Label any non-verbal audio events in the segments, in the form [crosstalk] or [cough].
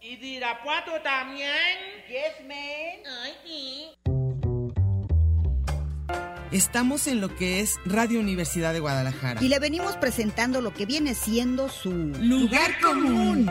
Y de Irapuato también. Yes, man. Ay, sí. Estamos en lo que es Radio Universidad de Guadalajara. Y le venimos presentando lo que viene siendo su Lugar común.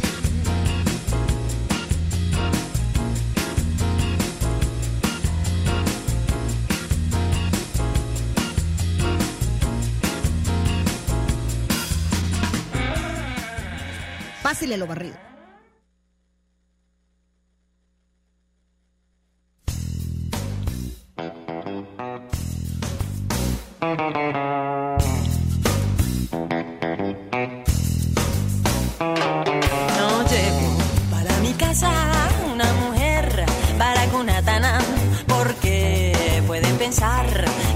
Pásele lo barrido. No llegó para mi casa una mujer baracunatana, porque pueden pensar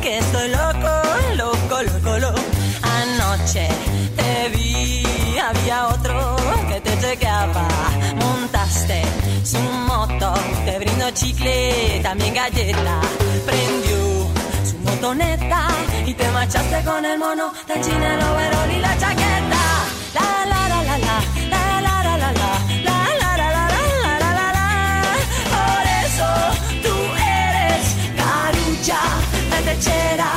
que estoy loco, loco, loco, loco. Anoche te vi, había otro que te chequeaba, montaste su moto, te brindó chicle, también galleta, prendió su motoneta y te marchaste con el mono, tan china el overol y la chaqueta. La la la la la, la la la la la, la la la la la la la la. Por eso tú eres carucha, la techera,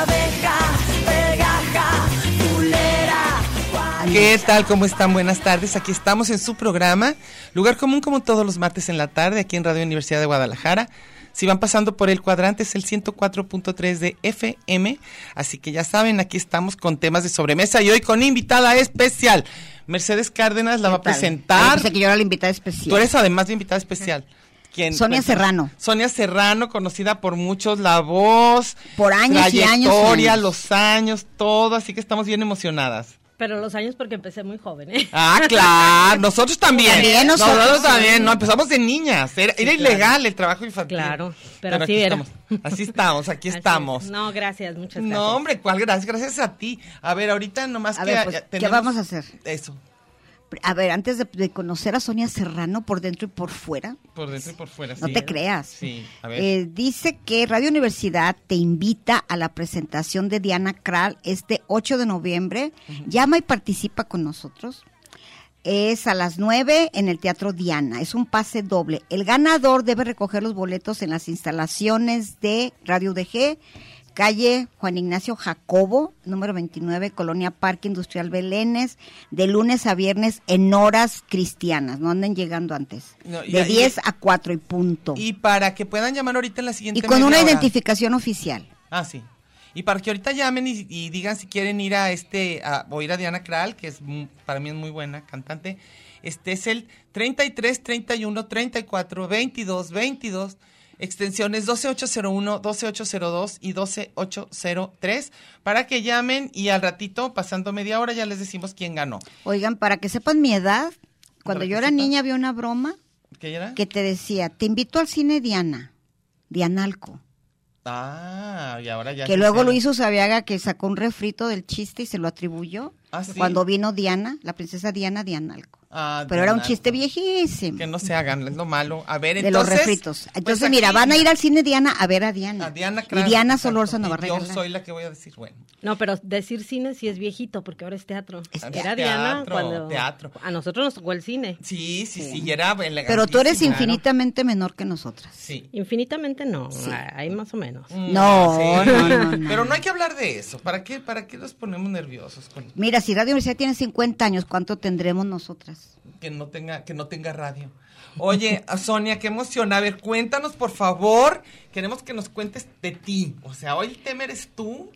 abeja, pegaja, culera. guay- ¿Qué tal? ¿Cómo están? Buenas tardes. Aquí estamos en su programa, Lugar Común como todos los martes en la tarde, aquí en Radio Universidad de Guadalajara. Si van pasando por el cuadrante es el 104.3 de FM, así que ya saben, aquí estamos con temas de sobremesa y hoy con invitada especial. Mercedes Cárdenas la va a presentar. Dice que yo era la invitada especial. Tú eres además de invitada especial. ¿Quién? Sonia Cuéntanos. Serrano. Sonia Serrano, conocida por muchos, la voz. Por años y años y trayectoria, años. los años, todo, así que estamos bien emocionadas. Pero los años porque empecé muy joven, ¿eh? [laughs] [laughs] Ah, claro, nosotros también. También nosotros. nosotros. también, no, empezamos de niñas. Era, era ilegal el trabajo infantil. Claro, pero así aquí era. Estamos. Así estamos, aquí [laughs] Así es. estamos. No, gracias, muchas gracias. No, hombre, ¿cuál gracias? Gracias a ti. A ver, ahorita nomás A que ver, pues, eh, ¿qué tenemos- vamos a hacer? Eso, A ver, antes de, de conocer a Sonia Serrano por dentro y por fuera, por dentro y por fuera. no sí. te creas. Sí, a ver. Eh, dice que Radio Universidad te invita a la presentación de Diana Kral este 8 de noviembre. Llama y participa con nosotros. Es a las 9 en el Teatro Diana. Es un pase doble. El ganador debe recoger los boletos en las instalaciones de Radio DG, calle Juan Ignacio Jacobo, número 29, Colonia Parque Industrial Belénes, de lunes a viernes en horas cristianas. No anden llegando antes. No, y- de y- 10 a 4 y punto. Y para que puedan llamar ahorita en la siguiente Y con media una hora. identificación oficial. Ah, sí. Y para que ahorita llamen y, y digan si quieren ir a este, a, o ir a Diana Kral, que es mu- para mí es muy buena cantante. Este es el 33 31 34 22 22, extensiones 12801, 12802 y 12803, para que llamen y al ratito, pasando media hora, ya les decimos quién ganó. Oigan, para que sepan mi edad, cuando Para yo que era sepan. niña había una broma ¿Qué era? que te decía, te invito al cine Diana, Dianalco. Ah, y ahora ya. Que se luego sabe. lo hizo Sabiaga, que sacó un refrito del chiste y se lo atribuyó. Ah, sí. Cuando vino Diana, la princesa Diana, Dianalco. Ah, Pero era un Diana. chiste viejísimo. Que no se hagan, es lo malo. A ver, de los entonces. refritos. pues Entonces, mira, aquí- van a ir al cine Diana a ver a Diana. A Diana y Kranz, Diana exacto. Solórzano va a Y Yo regalar. soy la que voy a decir, bueno. No, pero decir cine sí es viejito porque ahora es teatro. Es Era teatro, Diana cuando teatro. a nosotros nos tocó el cine. Sí, sí, sí, Sí. y era Pero tú eres elegantísima, ¿no? infinitamente menor que nosotras. Sí. Infinitamente no, Sí. hay más o menos. No, Sí. no, no, no. [laughs] Pero no hay que hablar de eso. ¿Para qué, para qué nos ponemos nerviosos con Mira, si Radio Universidad tiene 50 años, ¿cuánto tendremos nosotras? que no tenga, que no tenga radio? Oye, a Sonia, qué emoción. A ver, cuéntanos, por favor. Queremos que nos cuentes de ti. O sea, hoy el tema eres tú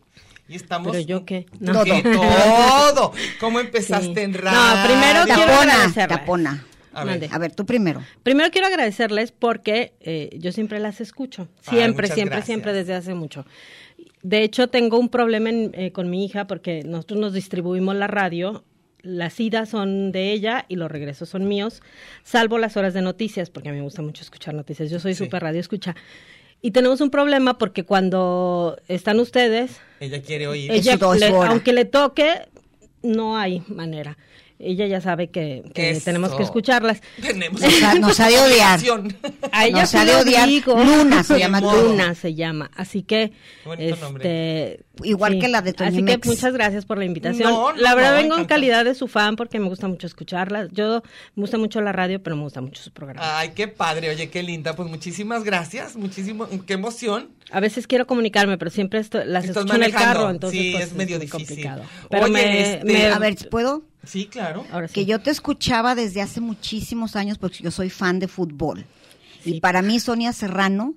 y estamos. Pero yo qué, No. no. [laughs] Todo. todo. ¿Cómo empezaste Sí. en No, radio? primero quiero Tapona, agradecerle. tapona. A ver. Mande. A ver, tú primero. Primero quiero agradecerles porque eh, yo siempre las escucho. Ay, Siempre, muchas siempre, gracias. siempre, desde hace mucho. De hecho, tengo un problema en- eh, con mi hija porque nosotros nos distribuimos la radio. Las idas son de ella y los regresos son míos, salvo las horas de noticias, porque a mí me gusta mucho escuchar noticias. Yo soy Sí. súper radio escucha. Y tenemos un problema porque cuando están ustedes, Ella quiere oír. Es ella, su- es su le- hora. aunque le toque, no hay manera. Ella ya sabe que, que Eso. tenemos que escucharlas. Tenemos Nos ha- nos ha de [laughs] odiar. A ella Nos sí ha de lo odiar. digo. Luna se llama modo. Luna se llama. Así que. Qué bonito nombre. este, Igual que la de Toño Así Mex. que muchas gracias por la invitación. No, no, la verdad no, vengo en encantada. calidad de su fan porque me gusta mucho escucharla. Yo me gusta mucho la radio, pero me gusta mucho su programa. Ay, qué padre, oye, qué linda. Pues muchísimas gracias, muchísimo, qué emoción. A veces quiero comunicarme, pero siempre esto- las Estás escucho en el manejando. carro, entonces Sí, pues, es medio muy difícil. complicado. Pero Oye, me, este- me- A ver, ¿puedo? Sí, claro. ahora sí. Que yo te escuchaba desde hace muchísimos años porque yo soy fan de fútbol. Y Sí. para mí Sonia Serrano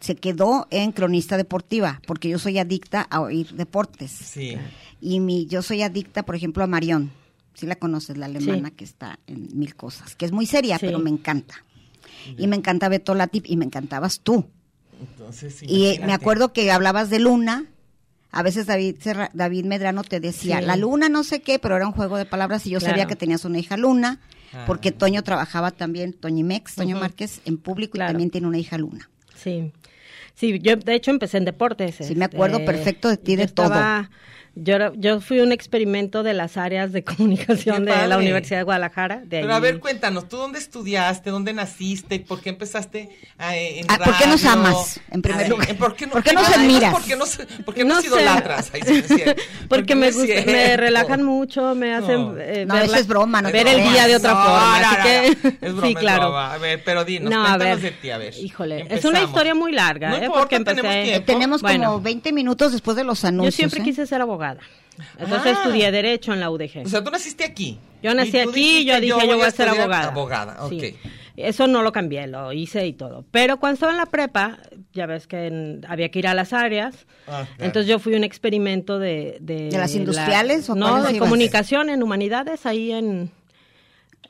se quedó en cronista deportiva porque yo soy adicta a oír deportes. Sí. Y mi, yo soy adicta, por ejemplo, a Marión. Si la conoces, la alemana Sí. que está en mil cosas, que es muy seria, Sí. pero me encanta. Y me encanta Beto Latif y me encantabas tú. Entonces, Y eh, imagínate. me acuerdo que hablabas de Luna. A veces David, Serra- David Medrano te decía, Sí. la luna no sé qué, pero era un juego de palabras y yo sabía Claro. que tenías una hija luna, Ah. porque Toño trabajaba también, Toñimex, Toño Márquez, en público y Claro. también tiene una hija luna. Sí. Sí, yo de hecho empecé en deportes. este, Sí, me acuerdo perfecto de ti, yo de todo. estaba- Yo, era- yo fui un experimento de las áreas de [laughs] comunicación Qué de padre. la Universidad de Guadalajara. De Pero a ahí. ver, cuéntanos, ¿tú dónde estudiaste? ¿Dónde naciste? ¿Por qué empezaste a, eh, en Ah, ¿por qué nos radio? amas, en primer A ver, lugar? ¿Por qué, no- ¿Por qué nos además, admiras? ¿Por qué nos, por qué nos sé. idolatras? Ay, sí, es cierto. [laughs] Porque no me, es gusta- me cierto. relajan mucho, me hacen No. eh, No, ver eso la- es broma, no te ver el creas. día de otra No, forma. no, así no, que- no. Es broma, [laughs] sí, es claro. broma. A ver, pero dinos, No, a ver. cuéntanos de ti, a ver. Híjole, es Empezamos. una historia muy larga, No ¿eh? importa, Porque tenemos empecé- tiempo. Tenemos como Bueno. 20 minutos después de los anuncios. Yo siempre ¿eh? quise ser abogada. Entonces Ah. estudié Derecho en la UDG. O sea, tú naciste aquí. Yo nací Y tú aquí y dijiste, yo dije, yo voy a ser estudiar abogada. Abogada, ok. Sí. Eso no lo cambié, lo hice y todo. Pero cuando estaba en la prepa, ya ves que en- había que ir a las áreas. Ah, claro. Entonces yo fui un experimento de... ¿De, ¿De las industriales o No, cuáles de ibas? comunicación en humanidades, ahí en,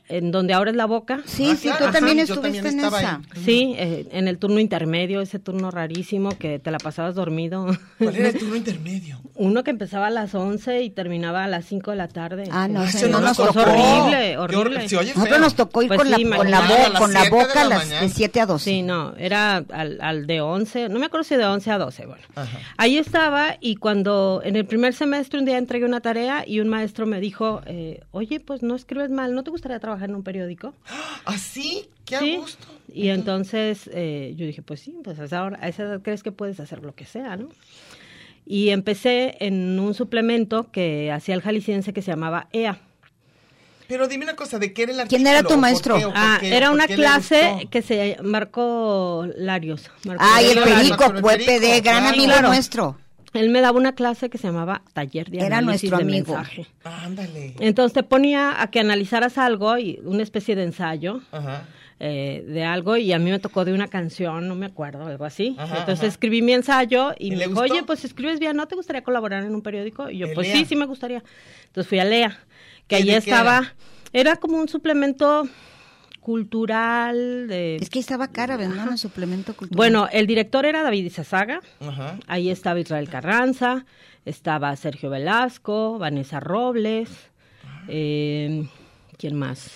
en donde ahora es la boca. Sí, Ah, sí, claro, tú ajá, también yo estuviste también en estaba esa. ahí. Sí, eh, en el turno intermedio, ese turno rarísimo que te la pasabas dormido. ¿Cuál era el turno intermedio? [laughs] Uno que empezaba a las 11 y terminaba a las 5 de la tarde. Ah, no, Era ese Ese no me nos tocó. tocó. Horrible, Qué horrible. Se oye Nosotros feo. nos tocó ir Pues con, sí, la, con, la, imagínate. bo- A las con la siete de boca la las, mañana. de 7 a 12. Sí, no, era al, al de 11, no me acuerdo si de 11 a 12, bueno. Ajá. Ahí estaba y cuando en el primer semestre un día entregué una tarea y un maestro me dijo, eh, oye, pues no escribes mal, ¿no te gustaría trabajar en un periódico? ¿Así? ¿Qué Sí. a gusto? Y entonces eh, yo dije, pues sí, pues a esa, hora- a esa edad crees que puedes hacer lo que sea, ¿no? Y empecé en un suplemento que hacía el jalisciense que se llamaba E EA. Pero dime una cosa, ¿de qué era el artículo? ¿Quién era tu ¿Por maestro? qué o por Ah, qué- era por una qué le clase gustó? que se Marco Larios. Marco Ay, el Aurelio Claro, Larios. perico, el fue perico, PD, gran claro. amigo Claro. nuestro. Él me daba una clase que se llamaba Taller de Era Análisis nuestro de amigo. Mensaje. Ándale. Entonces te ponía a que analizaras algo y una especie de ensayo Ajá. eh, de algo y a mí me tocó de una canción, no me acuerdo, algo así. Ajá, Entonces ajá. escribí mi ensayo y, ¿Y me le dijo, gustó? oye, pues escribes bien, ¿no te gustaría colaborar en un periódico? Y yo, El pues Lea. sí, sí me gustaría. Entonces fui a Lea, que ¿Y allí de qué estaba, era? era? como un suplemento cultural de... Es que estaba cara, ¿verdad? En el suplemento cultural. Bueno, el director era David Izazaga. Ajá. Ahí estaba Israel Carranza, estaba Sergio Velasco, Vanessa Robles, eh, ¿quién más?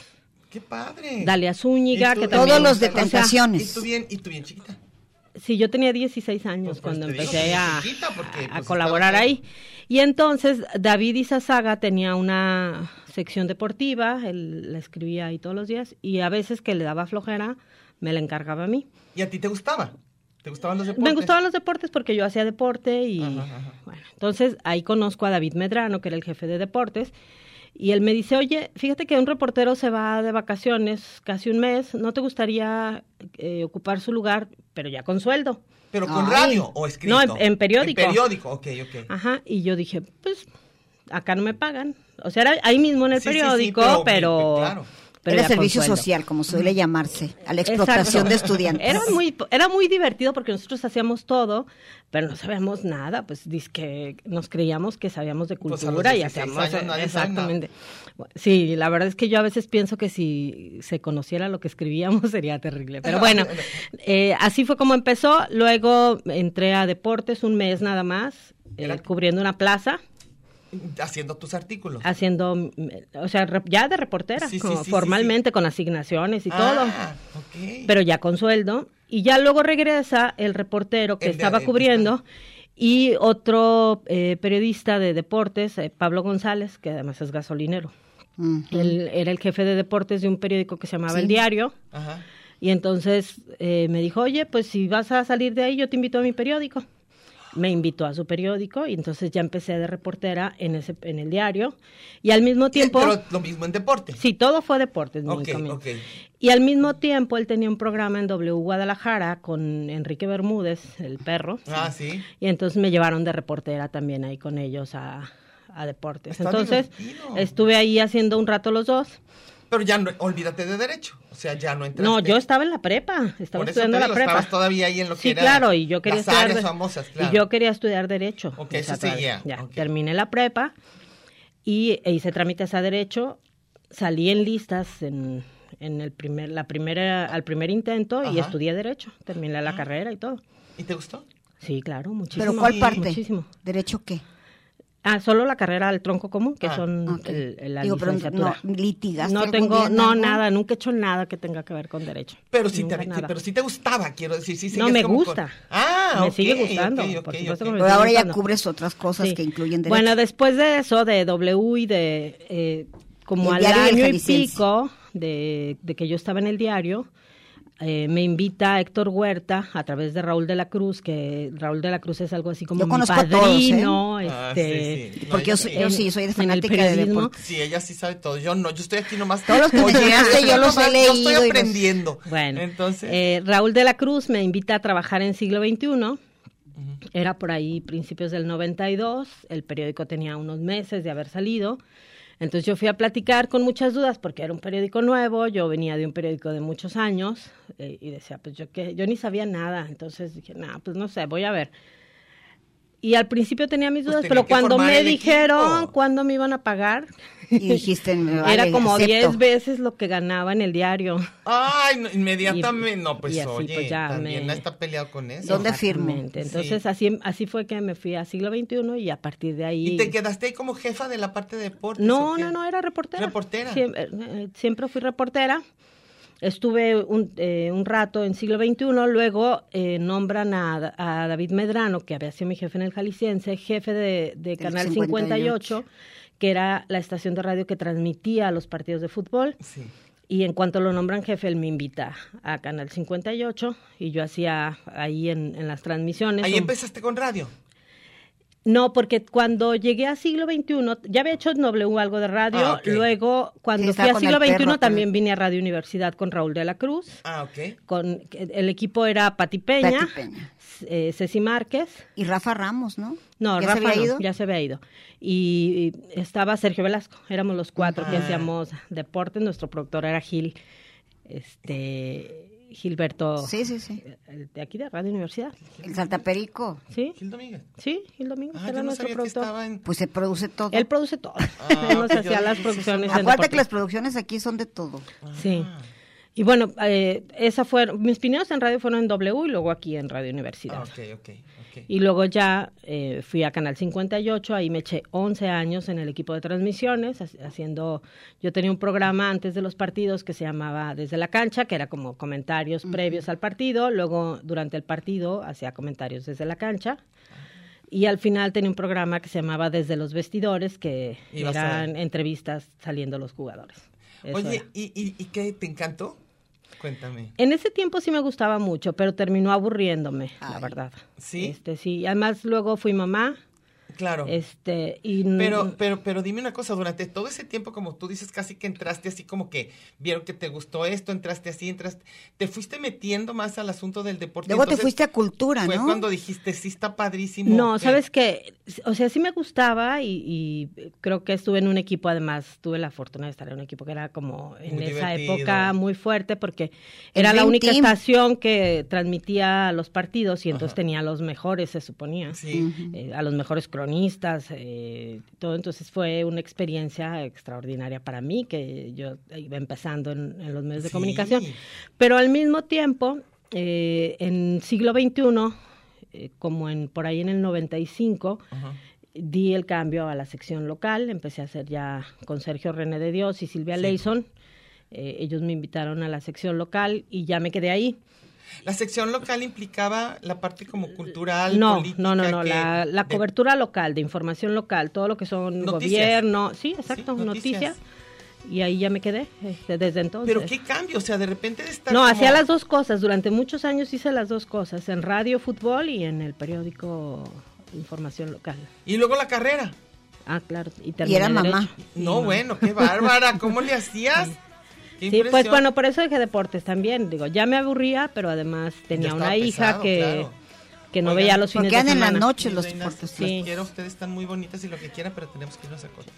Qué padre. Dalia Zúñiga, Y tú- que todos también- los de o sea, tentaciones. Y tú bien, y tú bien chiquita. Sí, yo tenía 16 años Pues, pues, cuando te digo empecé que a, eres chiquita, porque, a- a pues, colaborar estabas- ahí. Y entonces David Izazaga tenía una sección deportiva, él la escribía ahí todos los días y a veces que le daba flojera me la encargaba a mí. ¿Y a ti te gustaba? ¿Te gustaban los deportes? Me gustaban los deportes porque yo hacía deporte y Ajá, ajá. bueno, entonces ahí conozco a David Medrano, que era el jefe de deportes, y él me dice, oye, fíjate que un reportero se va de vacaciones casi un mes, ¿no te gustaría eh, ocupar su lugar, pero ya con sueldo? ¿Pero con Ay. radio o escrito? No, en- en periódico. En periódico, ok, ok. Ajá, y yo dije, pues acá no me pagan. O sea, era ahí mismo en el Sí, sí, sí, periódico, pero- pero... claro. pero era ya con servicio sueldo. social, como suele llamarse, a la explotación Exacto. de estudiantes. Era muy, era muy divertido porque nosotros hacíamos todo, pero no sabíamos nada, pues que nos creíamos que sabíamos de Pues, a cultura los y 16 hacíamos años nadie sabe exactamente. Sí, la verdad es que yo a veces pienso que si se conociera lo que escribíamos [laughs] sería terrible, [laughs] pero bueno, eh, así fue como empezó. Luego entré a deportes un mes nada más, eh, Era- cubriendo una plaza, Ah. Haciendo tus artículos. haciendo, mm, o sea, re- ya de reportera, Sí, sí, como sí, Ah, sí, formalmente con asignaciones y todo Ah, ok. pero ya con sueldo Y ya luego regresa el reportero que El de- estaba el que cubriendo y otro eh, periodista de deportes, eh, Pablo González, que además es gasolinero. Ujú. Él era el jefe de deportes de un periódico que se llamaba Sí. El Diario. Ajá. Y entonces eh, me dijo, oye, pues si vas a salir de ahí, yo te invito a mi periódico. Me invitó a su periódico y entonces ya empecé de reportera en ese en el diario. Y al mismo [laughs] tiempo... Pero lo mismo en deporte. Sí, todo fue deportes. mi Ok, comienzo. ok. Y al mismo tiempo él tenía un programa en W Guadalajara con Enrique Bermúdez, el perro. Ah, sí. Y entonces me llevaron de reportera también ahí con ellos a, a deportes. Está entonces divertido. estuve ahí haciendo un rato los dos. Pero ya no, olvídate de derecho. O sea, ya no entraste. No, yo estaba en la prepa, estaba Por eso estudiando te la digo, prepa. Estabas todavía ahí en lo que Sí, era claro, y yo quería las estudiar áreas de- famosas, claro. Y yo quería estudiar derecho. Ok, O sea, eso todavía, seguía, Ya, ok. terminé la prepa y e hice trámites a derecho, salí en listas en, en el primer, la primera, al primer intento y Ajá. Ah. estudié derecho, terminé la carrera y todo. ¿Y te gustó? Sí, claro, muchísimo. ¿Pero cuál parte? Muchísimo. ¿Derecho qué? Ah, solo la carrera al tronco común, que Ah, son ok. el- el- la Digo, pero no, licenciatura. ¿litigaste No algún tengo, día en no, algo? nada, nunca he hecho nada que tenga que ver con derecho. Pero sí, te, Nunca sí, nada. pero sí te gustaba, quiero decir. Sí, No, seguías me como con- gusta. Ah, Me ok, sigue gustando, ok, por ok, supuesto ok. que me- Pero ahora ya Pensando. cubres otras cosas Sí. que incluyen derecho. Bueno, después de eso, de W y de eh, El como al diario del año y Jalisciense. pico de, de que yo estaba en el diario, eh, me invita Héctor Huerta a través de Raúl de la Cruz, que Raúl de la Cruz es algo así como Yo mi conozco a todos, ¿eh? padrino, Ah, este, sí, sí. No, Porque ella yo, sí. soy- yo sí, soy en el fanática de periodismo. deportes. Sí, ella sí sabe todo. Yo no, yo estoy aquí nomás. Todos los que Oye, mencionaste, yo los he nomás- Yo leído y estoy los- aprendiendo. Bueno, Entonces, eh, Raúl de la Cruz me invita a trabajar en siglo XXI. Era por ahí principios del 92, el periódico tenía unos meses de haber salido. Entonces yo fui a platicar con muchas dudas porque era un periódico nuevo, yo venía de un periódico de muchos años eh, y decía, pues yo qué, yo ni sabía nada, entonces dije, nada, pues no sé, voy a ver. Y al principio tenía mis Pues dudas, tenía pero que cuando formar me el dijeron equipo. cuándo me iban a pagar, Y dijiste, me [laughs] era vale, como acepto. 10 veces lo que ganaba en el diario. ay, no, inmediatamente. no, pues y así, oye, pues, ya también me- está peleado con eso. ¿Dónde firmo? Exactamente. Entonces Sí. así, así fue que me fui a siglo XXI y a partir de ahí... ¿Y te quedaste ahí como jefa de la parte de deportes? No, o qué? no, no, era reportera. Reportera. Siem- eh, eh, Siempre, fui reportera. Estuve un, eh, un rato en siglo XXI, luego eh, nombran a, a David Medrano, que había sido mi jefe en el Jalisciense, jefe de, de Canal 58, 58, que era la estación de radio que transmitía los partidos de fútbol. Sí. Y en cuanto lo nombran jefe, él me invita a Canal 58 y yo hacía ahí en, en las transmisiones. Ahí un- empezaste con radio. No, porque cuando llegué a siglo XXI, ya había hecho en W algo de radio, Ah, ok. luego Sí, cuando fui estaba a con siglo el perro, XXI con también el- vine a Radio Universidad con Raúl de la Cruz, Ah, ok. con el equipo era Pati Peña, Pati Peña. eh, Ceci Márquez, Y Rafa Ramos, ¿no? no, ¿Ya se Rafa había no, ido? ya se había ido, y, y estaba Sergio Velasco, éramos los cuatro que Ah. hacíamos deporte, nuestro productor era Gil, este, Gilberto, Sí, sí, sí. el de aquí de Radio Universidad, El Saltaperico. ¿sí? Gil Domínguez. Sí, Gil Domínguez Ah, Este era yo no nuestro sabía que productor. estaba en... Pues se produce todo. Él produce todo. Ah, [laughs] Él nos ok, yo hacía las dije, producciones. en Acuérdate que las deporte. producciones aquí son de todo. Sí. Ah. Y bueno, eh, esa fueron, mis primeros en radio fueron en W y luego aquí en Radio Universidad. Ah, ok, ok, ok. Y luego ya eh, fui a Canal 58, ahí me eché 11 años en el equipo de transmisiones, ha- haciendo, yo tenía un programa antes de los partidos que se llamaba Desde la cancha, que era como comentarios previos al partido, luego durante el partido hacía comentarios desde la cancha. Y al final tenía un programa que se llamaba Desde los vestidores, que Ibas a eran ver. entrevistas saliendo los jugadores. Eso Oye, era. ¿y, y, ¿y qué? ¿Te encantó? Cuéntame. En ese tiempo sí me gustaba mucho, pero terminó aburriéndome, la verdad. ¿Sí? Este, sí. Y además luego fui mamá. Claro. Este, y Pero, pero, pero dime una cosa, durante todo ese tiempo, como tú dices, casi que entraste así como que vieron que te gustó esto, entraste así, entraste, te fuiste metiendo más al asunto del deporte. Luego te entonces, fuiste a cultura, Fue ¿no? cuando dijiste, sí está padrísimo. no, ¿qué? sabes que, o sea, sí me gustaba y, y creo que estuve en un equipo, además, tuve la fortuna de estar en un equipo que era como en Muy esa divertido. época muy fuerte porque El era la Dream única Team. estación que transmitía los partidos y entonces Ajá. tenía a los mejores, se suponía. Sí. eh, a los mejores cronistas, eh, todo. Entonces fue una experiencia extraordinaria para mí, que yo iba empezando en, en los medios de Sí. comunicación. Pero al mismo tiempo, eh, en siglo XXI, eh, como en por ahí en el 95, Ajá. di el cambio a la sección local, empecé a hacer ya con Sergio René de Dios y Silvia Sí. Leyson. Eh, ellos me invitaron a la sección local y ya me quedé ahí. La sección local implicaba la parte como cultural, no, política, no, no, no, que- la, la de- cobertura local, de información local, todo lo que son Noticias. gobierno, sí, exacto, Sí, noticias. noticias. Y ahí ya me quedé este, desde entonces. Pero qué cambio, o sea, de repente de estar no, como- hacía las dos cosas, durante muchos años hice las dos cosas, en radio, fútbol y en el periódico Información Local. Y luego la carrera. Ah, claro, y Y terminé era Derecho. mamá. Sí, No, mamá. bueno, qué bárbara, ¿cómo le hacías? Qué Sí, pues impresión. bueno, por eso dejé deportes también. Digo, ya me aburría, pero además tenía Ya una estaba hija pesado, que, claro. que no Oigan, veía los fines Porque de eran en semana. la noche Mis los reinas, deportes. sí. las quiero, ustedes están muy bonitas y lo que quieran, pero tenemos que irnos a corte.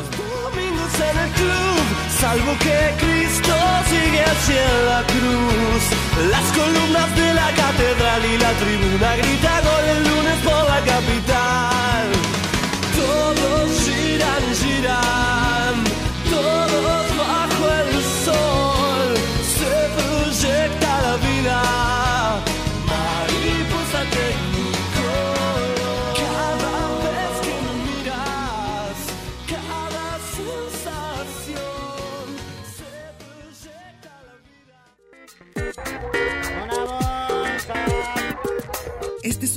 Domingos en el club, salvo que Cristo sigue hacia la cruz. Las columnas de la catedral y la tribuna gritan gol el lunes por la capital. Todos giran, giran, todos bajo el sol. Se proyecta la vida, mariposa tecnicolor. Cada vez que me miras, cada sensación se proyecta la vida. Este es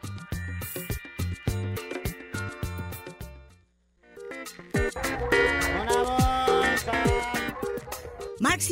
Marx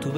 Tu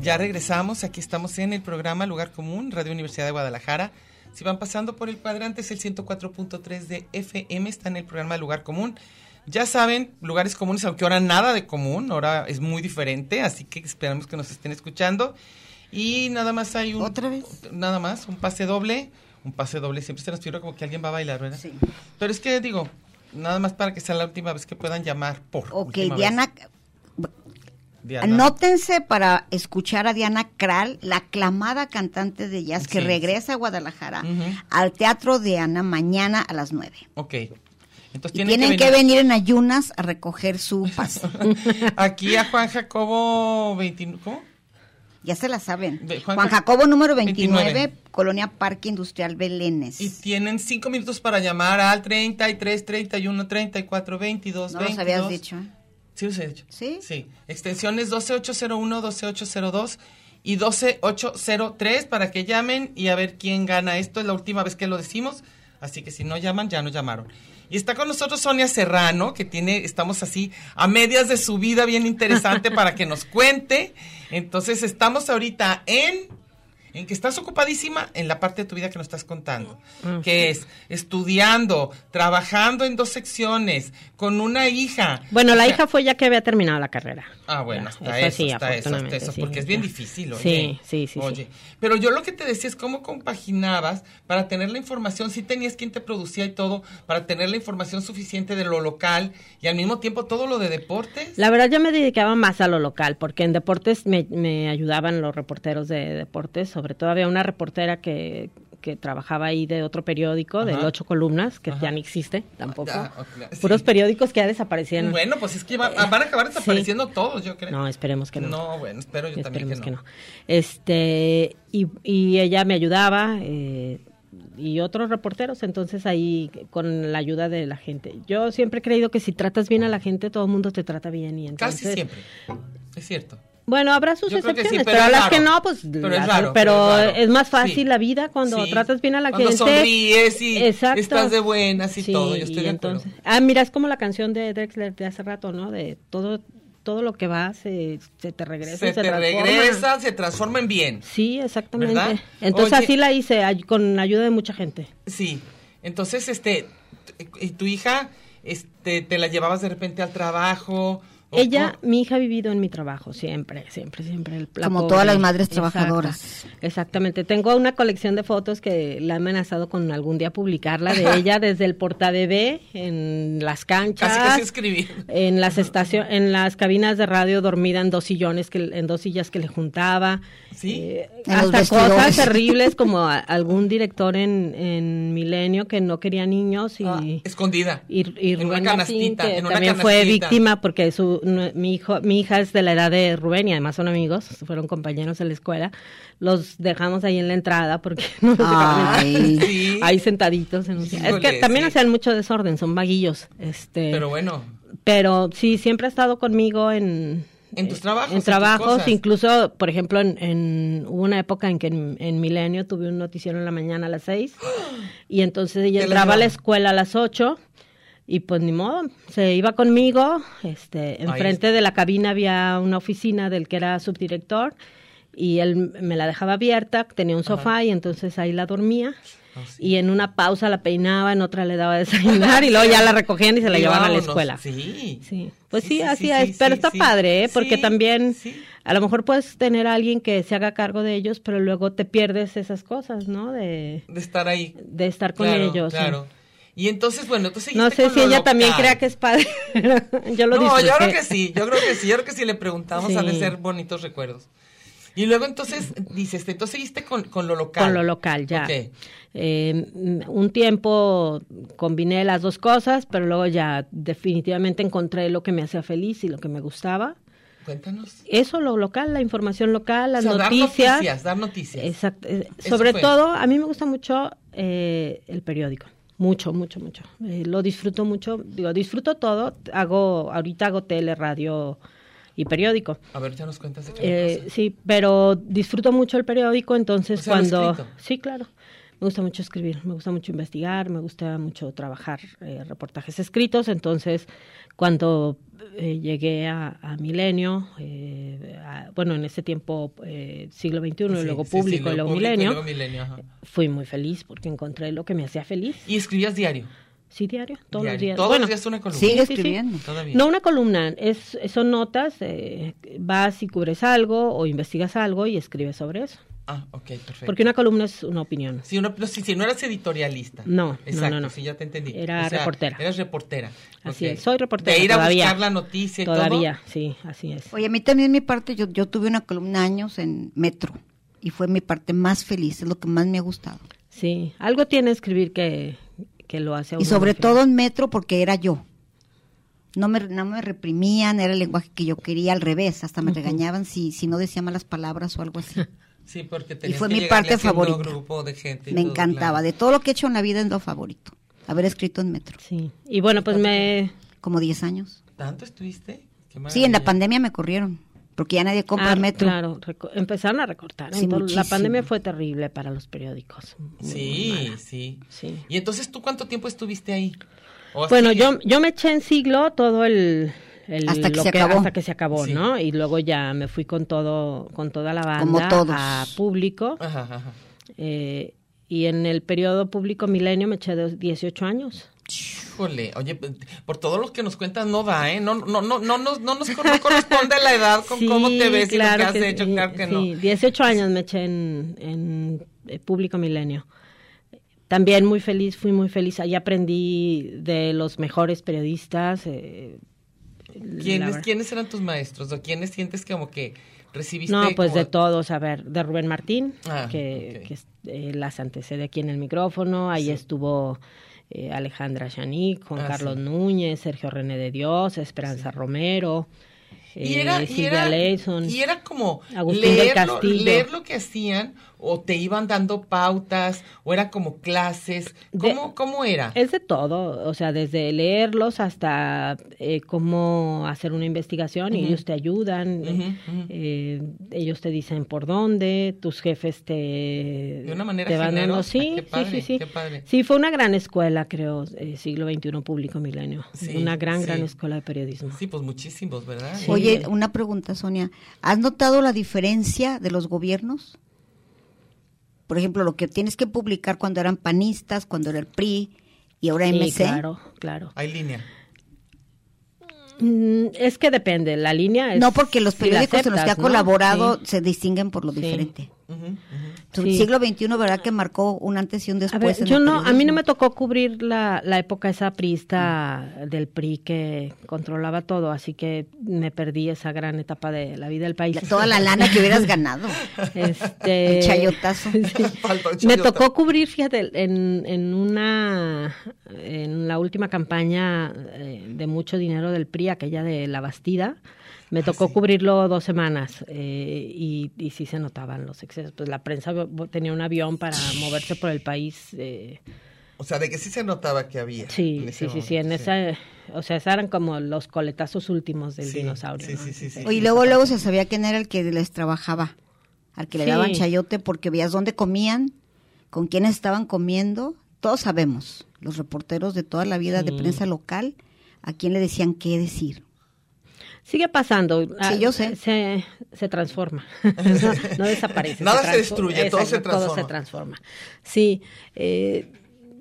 Ya regresamos, aquí estamos en el programa Lugar Común, Radio Universidad de Guadalajara. Si van pasando por el cuadrante, es el 104.3 de FM, está en el programa Lugar Común. Ya saben, lugares comunes, aunque ahora nada de común, ahora es muy diferente, así que esperamos que nos estén escuchando. Y nada más hay un... ¿Otra vez? Nada más, un pase doble, un pase doble, siempre se nos figura como que alguien va a bailar, ¿verdad? Sí. Pero es que digo, nada más para que sea la última vez que puedan llamar por... Ok, última vez. Diana, Diana. anótense para escuchar a Diana Kral, la aclamada cantante de jazz que Sí. regresa a Guadalajara Ujú. al Teatro de Ana mañana a las 9. Ok. Entonces Y tienen que venir en ayunas a recoger su pase. [laughs] Aquí a Juan Jacobo 29, ¿cómo? ya se la saben. Ve- Juan Juan, Jac- Jacobo número 29, 29. Colonia Parque Industrial Belénes. Y tienen cinco minutos para llamar al 33 31 34 22 no 22. los habías dicho, ¿eh? Sí, los he dicho. ¿Sí? Sí. Extensiones 12801, 12802 y 12803 para que llamen y a ver quién gana. Esto es la última vez que lo decimos, así que si no llaman, ya no llamaron. Y está con nosotros Sonia Serrano, que tiene, estamos así a medias de su vida bien interesante para que nos cuente. Entonces estamos ahorita en en que estás ocupadísima en la parte de tu vida que nos estás contando, que es estudiando, trabajando en dos secciones, con una hija. Bueno, la O sea, hija fue ya que había terminado la carrera. Ah, bueno, Ya, hasta esa eso, sí, hasta eso, hasta afortunadamente, eso, sí, porque es bien ya. difícil, oye. Sí, sí, sí, sí. Oye, pero yo lo que te decía es cómo compaginabas para tener la información, si tenías quien te producía y todo, para tener la información suficiente de lo local y al mismo tiempo todo lo de deportes. La verdad ya me dedicaba más a lo local, porque en deportes me, me ayudaban los reporteros de deportes, sobre todo había una reportera que, que trabajaba ahí de otro periódico, del Ajá. Ocho Columnas, que Ajá. ya no existe tampoco. Ah, ah, claro, sí. Puros periódicos que ya desaparecieron. Bueno, pues es que va- van a acabar desapareciendo todos, yo creo. No, esperemos que no. No, bueno, espero yo también Esperemos que no. Este, y, y ella me ayudaba, eh, y otros reporteros, entonces ahí con la ayuda de la gente. Yo siempre he creído que si tratas bien a la gente, todo el mundo te trata bien. Y entonces, Casi siempre. Es cierto. Bueno, habrá sus Yo creo que sí, excepciones, pero pero, es a las raro. que no, pues. Pero las- es raro, pero pero es raro. es más fácil Sí. la vida cuando Sí. tratas bien a la Cuando gente. sonríes y Exacto. estás de buenas y todo, yo estoy de acuerdo. Ah, mira, es como la canción de Drexler de hace rato, ¿no? De todo todo lo que va se, se te regresa. y Se te transforma. regresa, se transforma en bien. Sí, exactamente. ¿Verdad? Entonces Oye. así la hice, ay- con ayuda de mucha gente. Sí. Entonces, este, tu- y tu hija, este, te la llevabas de repente al trabajo. o- Ella, o- mi hija ha vivido en mi trabajo siempre, siempre, siempre. el- la Como pobre. todas las madres Exacto, trabajadoras. exactamente. Tengo una colección de fotos que la he amenazado con algún día publicarla de ella desde el portabebé, en las canchas. casi casi escribir. en las estacio- en las cabinas de radio dormida en dos sillones que en dos sillas que le juntaba [laughs] Eh, Sí. En los hasta vestidores. cosas terribles como a- algún director en, en Milenio que no quería niños y Ah. Escondida. y, eh, y en Rubén una Martín, canastita. que en una también fue canastita. víctima porque su, no- mi, hijo, mi hija es de la edad de Rubén y además son amigos, fueron compañeros en la escuela. Los dejamos ahí en la entrada porque [laughs] no los dejaban entrar. Ay. Sí. ahí sentaditos. en un- es Híjole, que también sí. hacían mucho desorden, son vaguillos. Este, Pero bueno, pero sí, siempre ha estado conmigo en... En tus eh, trabajos, en En tus trabajos, cosas. incluso, por ejemplo, en, en- hubo una época en que en, en Milenio tuve un noticiero en la mañana a [gasps] las 6 y entonces ella Te la entraba a la llevaba. escuela a las 8 y pues ni modo, se iba conmigo, este, enfrente de la cabina había una oficina del que era subdirector y él me la dejaba abierta, tenía un sofá y entonces ahí la dormía. Y en una pausa la peinaba, en otra le daba a desayunar y luego ya la recogían y se la Y llevaban a la vámonos. escuela. Sí. Sí, pues Sí, sí, sí, así sí, es, sí, pero sí, está sí. padre, ¿eh? porque Sí, también sí. a lo mejor puedes tener a alguien que se haga cargo de ellos, pero luego te pierdes esas cosas, ¿no? De, De estar ahí. de estar con claro, ellos. ¿sí? Claro. Y entonces, bueno, entonces. No sé si ella también crea que es padre. [laughs] yo lo no, disfruté. yo creo que sí, yo creo que sí, yo creo que si le preguntamos Sí. han de ser bonitos recuerdos. Y luego entonces dices, entonces seguiste con, con lo local. Con lo local, ya. Ok. Eh, mm, un tiempo combiné las dos cosas, pero luego ya definitivamente encontré lo que me hacía feliz y lo que me gustaba. Cuéntanos. Eso, lo local, la información local, las O sea, dar noticias. noticias, dar noticias. Exacto. eh, Eso Sobre fue. todo, a mí me gusta mucho eh, el periódico. Mucho, mucho, mucho. Eh, lo disfruto mucho. Digo, disfruto todo. Hago, ahorita hago tele, radio y periódico. A ver, ya nos cuentas de Eh, qué cosa. sí, pero disfruto mucho el periódico, entonces O sea, lo cuando... escrito. Sí, claro. Me gusta mucho escribir, me gusta mucho investigar, me gusta mucho trabajar eh, reportajes escritos, entonces cuando eh, llegué a, a Milenio, eh, a- bueno, en ese tiempo eh, siglo XXI, Sí, y luego sí, sí, público, y luego público Milenio, luego milenio, ajá. fui muy feliz porque encontré lo que me hacía feliz. Y escribías diario. Sí, diario, todos los diario. días. Todos Bueno, los días una columna. Sigue sí, sí. escribiendo. Todavía. no una columna, es, son notas, eh, vas y cubres algo o investigas algo y escribes sobre eso. Ah, ok, perfecto. Porque una columna es una opinión. Si, uno, no, si, si no eras editorialista. No, no, Exacto, no, no. sí, ya te entendí. Era reportera. Eras reportera. Así Ok. es, soy reportera De ir a todavía. buscar la noticia y Todavía, todo. sí, así es. Oye, a mí también mi parte, yo, yo tuve una columna años en Metro y fue mi parte más feliz, es lo que más me ha gustado. Sí, algo tiene escribir que, que lo hace a Y uno sobre más todo en Metro porque era yo. No me, no me reprimían, era el lenguaje que yo quería, al revés, hasta me [laughs] regañaban si, si no decía malas palabras o algo así. Sí, porque tenías fue que mi llegarle parte haciendo favorita. grupo de gente y me todo, encantaba, claro. de todo lo que he hecho en la vida es lo favorito, haber escrito en Metro, Sí. Y bueno, pues me... como 10 años. ¿Tanto estuviste? Sí, Qué en la maravilla. pandemia me corrieron, porque ya nadie compra Ah, el Metro. Claro, reco- empezaron a recortar. ¿eh? Sí, entonces, la muchísimo. pandemia fue terrible para los periódicos. Muy, muy Sí, mala. sí. Sí. ¿Y pues entonces tú cuánto tiempo estuviste ahí? ¿O Bueno, así? yo, yo me eché en siglo todo el... el- Hasta que lo se acabó. hasta que se acabó, Sí. ¿no? Y luego ya me fui con todo, con toda la banda Como todos. a público. Ajá, ajá. eh, y en el periodo público milenio me eché de 18 años. Híjole, oye, por todo lo que nos cuentas no da, ¿eh? No, no, no, no, no, no nos no corresponde la edad con Sí, cómo te ves y lo que has que hecho, sí, claro que sí, no. 18 años me eché en, en, eh, Público Milenio. También muy feliz, fui muy feliz. Ahí aprendí de los mejores periodistas. eh, la ¿Quiénes, verdad. ¿Quiénes eran tus maestros? ¿O quiénes sientes que como que recibiste? No, pues como- de todos, a ver, de Rubén Martín, Ah, que, ok. que es- eh, las antecede aquí en el micrófono, ahí estuvo eh, Alejandra Chanic, Juan Ah, Carlos sí. Núñez, Sergio René de Dios, Esperanza Romero, Y eh, era, y Silvia era, Leyson. y era como Agustín del leer lo, Castillo. leer lo que hacían o te iban dando pautas o era como clases? ¿Cómo, De- cómo era? Es de todo, o sea, desde leerlos hasta eh, cómo hacer una investigación y Ujú. ellos te ayudan, Ujú, ujú. eh, ellos te dicen por dónde, tus jefes te... De una manera te van dando- generosa, sí, qué padre, sí, sí, sí. qué padre. Sí, fue una gran escuela, creo, eh, siglo XXI, público milenio. Sí, una gran, sí. gran escuela de periodismo. Sí, pues muchísimos, ¿verdad? Sí. Oye, una pregunta, Sonia. ¿Has notado la diferencia de los gobiernos? Por ejemplo, lo que tienes que publicar cuando eran panistas, cuando era el PRI y ahora Sí, MC. claro, claro. Hay línea. Mm, es que depende, la línea es... No, porque los si la periódicos en los que ha aceptas, ¿no? colaborado Sí. se distinguen por lo Sí. diferente. Ujú, ujú. Tu Sí. siglo XXI, ¿verdad que marcó un antes y un A después? ver, en el yo no, a mí no periodismo? me tocó cubrir la, la época esa prista del PRI que controlaba todo, así que me perdí esa gran etapa de la vida del país. La- Toda la lana que hubieras ganado. [laughs] [laughs] Este, El [laughs] chayotazo. [laughs] Faltó el Me chayote. tocó cubrir, fíjate, en, en una en la última campaña eh, de mucho dinero del PRI, aquella de La Bastida, Ah, me tocó cubrirlo dos semanas eh, y, y sí se notaban los excesos. Pues la prensa bo- bo- tenía un avión para moverse por el país. eh, O sea, de que sí se notaba que había. sí, en ese sí, sí, sí, en momento, esa, o sea, esos eran como los coletazos últimos del Sí, dinosaurio. sí, ¿no? sí, sí, sí. Y luego, luego se sabía quién era el que les trabajaba, al que le Sí. daban chayote, porque veías dónde comían, con quiénes estaban comiendo. Todos sabemos, los reporteros de toda la vida de prensa local, a quién le decían qué decir. Sigue pasando. Ah, yo sé. Se, [laughs] se transforma. [laughs] no, no desaparece. Nada se transfor- destruye, todo se Todo se transforma. transforma. Sí. eh,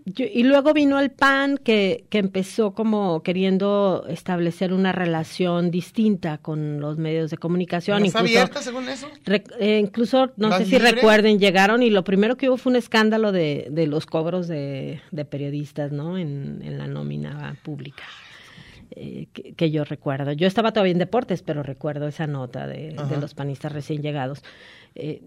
yo- y luego vino el PAN que, que empezó como queriendo establecer una relación distinta con los medios de comunicación. ¿Más incluso- abierta según eso? Rec- eh, incluso, no ¿Más sé si libre? recuerden, llegaron y lo primero que hubo fue un escándalo de, de los cobros de, de periodistas, ¿no? En, en la nómina pública, eh, que, que yo recuerdo. Yo estaba todavía en deportes, pero recuerdo esa nota de, de Ajá. los panistas recién llegados. Eh,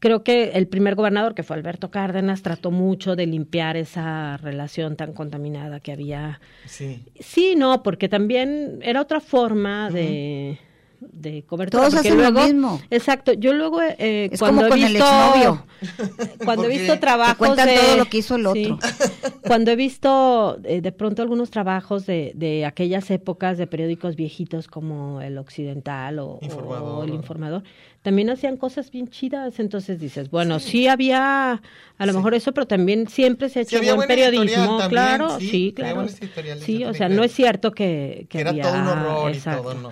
creo que el primer gobernador, que fue Alberto Cárdenas, trató mucho de limpiar esa relación tan contaminada que había Sí. Sí, no, porque también era otra forma de, de cobertura. Todos porque hacen lo luego- mismo. Exacto, yo luego eh, Es cuando como he con el visto, exnovio. [laughs] Cuando he Porque visto te trabajos cuentan de- todo lo que hizo el sí. otro. [laughs] Cuando he visto eh, de pronto algunos trabajos de, de aquellas épocas de periódicos viejitos como El Occidental o, Informador. o El Informador, también hacían cosas bien chidas, entonces dices, bueno, sí, había a lo mejor eso, pero también siempre se ha hecho Sí, había buen buena editorial periodismo, también, claro, sí, sí, había claro. buenas editoriales, yo Sí, o también sea, creo. no es cierto que, que Que era había- todo un horror exacto. y todo, ¿no?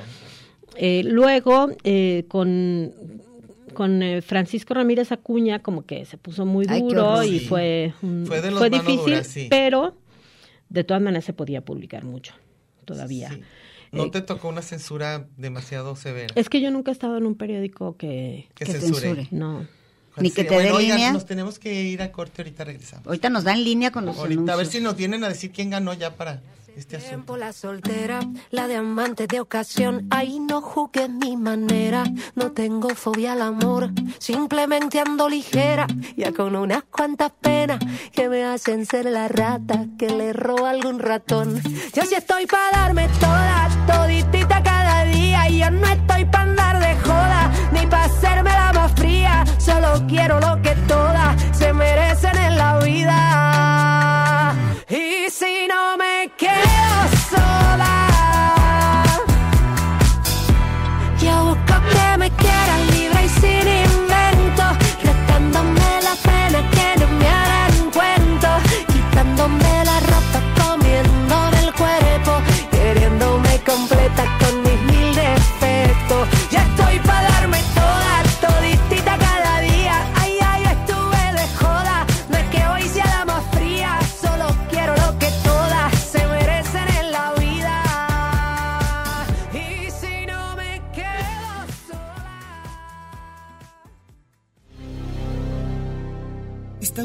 Eh, luego, eh, con, con eh, Francisco Ramírez Acuña, como que se puso muy Ay, qué duro horror. y Sí. fue, un- Fue de los fue mano difícil, dura, sí. pero de todas maneras se podía publicar mucho todavía. Sí. ¿No Eh, te tocó una censura demasiado severa? Es que yo nunca he estado en un periódico que... que que censure. censure. No. ¿Cuál Ni que sería? te dé Bueno, oigan, línea. nos tenemos que ir a corte, ahorita regresamos. Ahorita nos dan línea con los Ahorita a ver anuncios. si nos vienen a decir quién ganó ya para este asunto. Tiempo la soltera, la de amante de ocasión. Ahí no jugues mi manera, no tengo fobia al amor. Simplemente ando ligera, ya con unas cuantas penas que me hacen ser la rata que le roba algún ratón. Yo sí estoy para darme toda, toditita cada día. Y yo no estoy para andar de joda, ni para hacerme la más fría. Solo quiero lo que todas se merecen en la vida. Y si no me quedo sola, yo busco que me quiera libre y sin invento, restándome la pena que no me harán cuento, quitándome la ropa, comiéndome el cuerpo, queriéndome completa con mis mil defectos. Ya estoy para darme toda, toditita cada día. Ay, ay, estuve de joda, no es que hoy sea la más fría, solo quiero lo que todas se merecen en la vida. Y si no me quedo sola. Está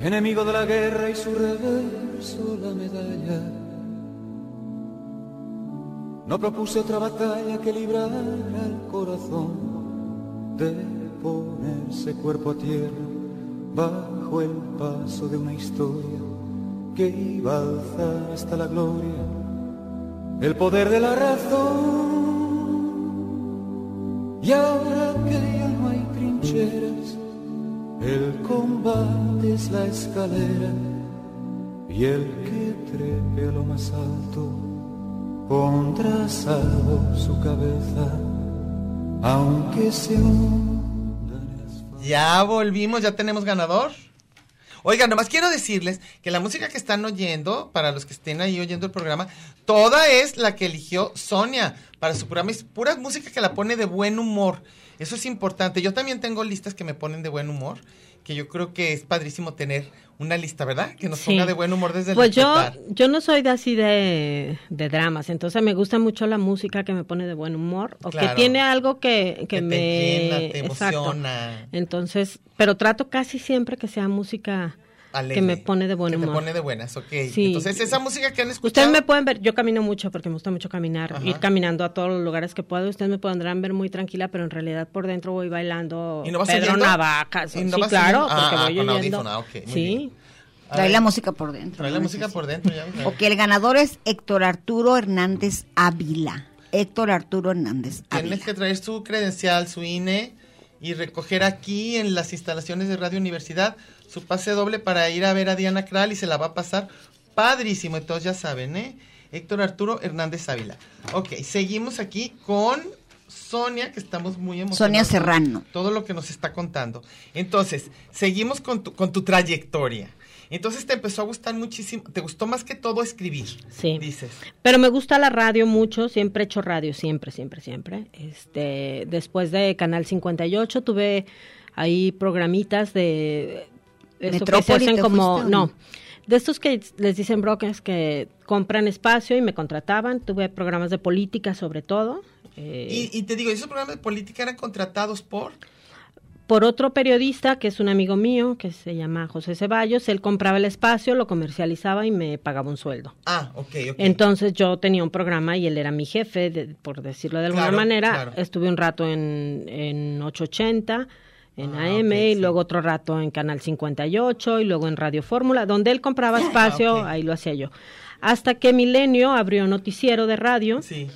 enemigo de la guerra y su reverso la medalla. No propuse otra batalla que librar al corazón de ponerse cuerpo a tierra bajo el paso de una historia que iba a alzar hasta la gloria el poder de la razón. Y ahora que ya no hay trincheras, el combate es la escalera y el que trepe a lo más alto pondrá a salvo su cabeza, aunque se hunda en el asfalto. Ya volvimos, ya tenemos ganador. Oigan, nomás quiero decirles que la música que están oyendo, para los que estén ahí oyendo el programa, toda es la que eligió Sonia para su programa. Es pura música que la pone de buen humor. Eso es importante. Yo también tengo listas que me ponen de buen humor, que yo creo que es padrísimo tener una lista, ¿verdad? Que nos Sí. ponga de buen humor desde el Pues yo, despertar. yo no soy de así de, de dramas, entonces me gusta mucho la música que me pone de buen humor o Claro. que tiene algo que, que, Que te me llena, te Exacto. emociona. Entonces, pero trato casi siempre que sea música Alegre, que me pone de buen que humor. te pone de buenas, ok. Sí. Entonces, esa música que han escuchado. Ustedes me pueden ver, yo camino mucho porque me gusta mucho caminar, Ajá. ir caminando a todos los lugares que puedo. Ustedes me podrán ver muy tranquila, pero en realidad por dentro voy bailando ¿Y no vas Pedro oyendo? Navajas. ¿Y no sí, vas claro, oyendo? Ah, porque ah, voy con oyendo. audífono, ah, ok, muy sí. bien. A Trae ver, la música por dentro. trae la ¿no? música por dentro, ya. ya. Ok, el ganador es Héctor Arturo Hernández Ávila. Héctor Arturo Hernández Ávila. Tienes que traer su credencial, su INE, y recoger aquí en las instalaciones de Radio Universidad su pase doble para ir a ver a Diana Kral y se la va a pasar padrísimo. Entonces ya saben, ¿eh? Héctor Arturo Hernández Ávila. Ok, seguimos aquí con Sonia, que estamos muy emocionados. Sonia Serrano. Todo lo que nos está contando. Entonces, seguimos con tu, con tu trayectoria. Entonces te empezó a gustar muchísimo, te gustó más que todo escribir. Sí. Dices. Pero me gusta la radio mucho, siempre he hecho radio, siempre, siempre, siempre. Este, después de Canal 58 tuve ahí programitas de esto que se Metrópoli, hacen ¿te como fuiste o no? no, de estos que les dicen brokers que compran espacio y me contrataban, tuve programas de política sobre todo. eh, Y, y te digo, esos programas de política eran contratados por... por otro periodista que es un amigo mío, que se llama José Ceballos, él compraba el espacio, lo comercializaba y me pagaba un sueldo. Ah, ok, ok. Entonces yo tenía un programa y él era mi jefe, de- por decirlo de alguna Claro, manera. claro. Estuve un rato en, en 880, en Ah, AM, ok, y sí. luego otro rato en Canal 58 y luego en Radio Fórmula, donde [laughs] él compraba espacio, Ah, ok. ahí lo hacía yo. Hasta que Milenio abrió noticiero de radio Sí.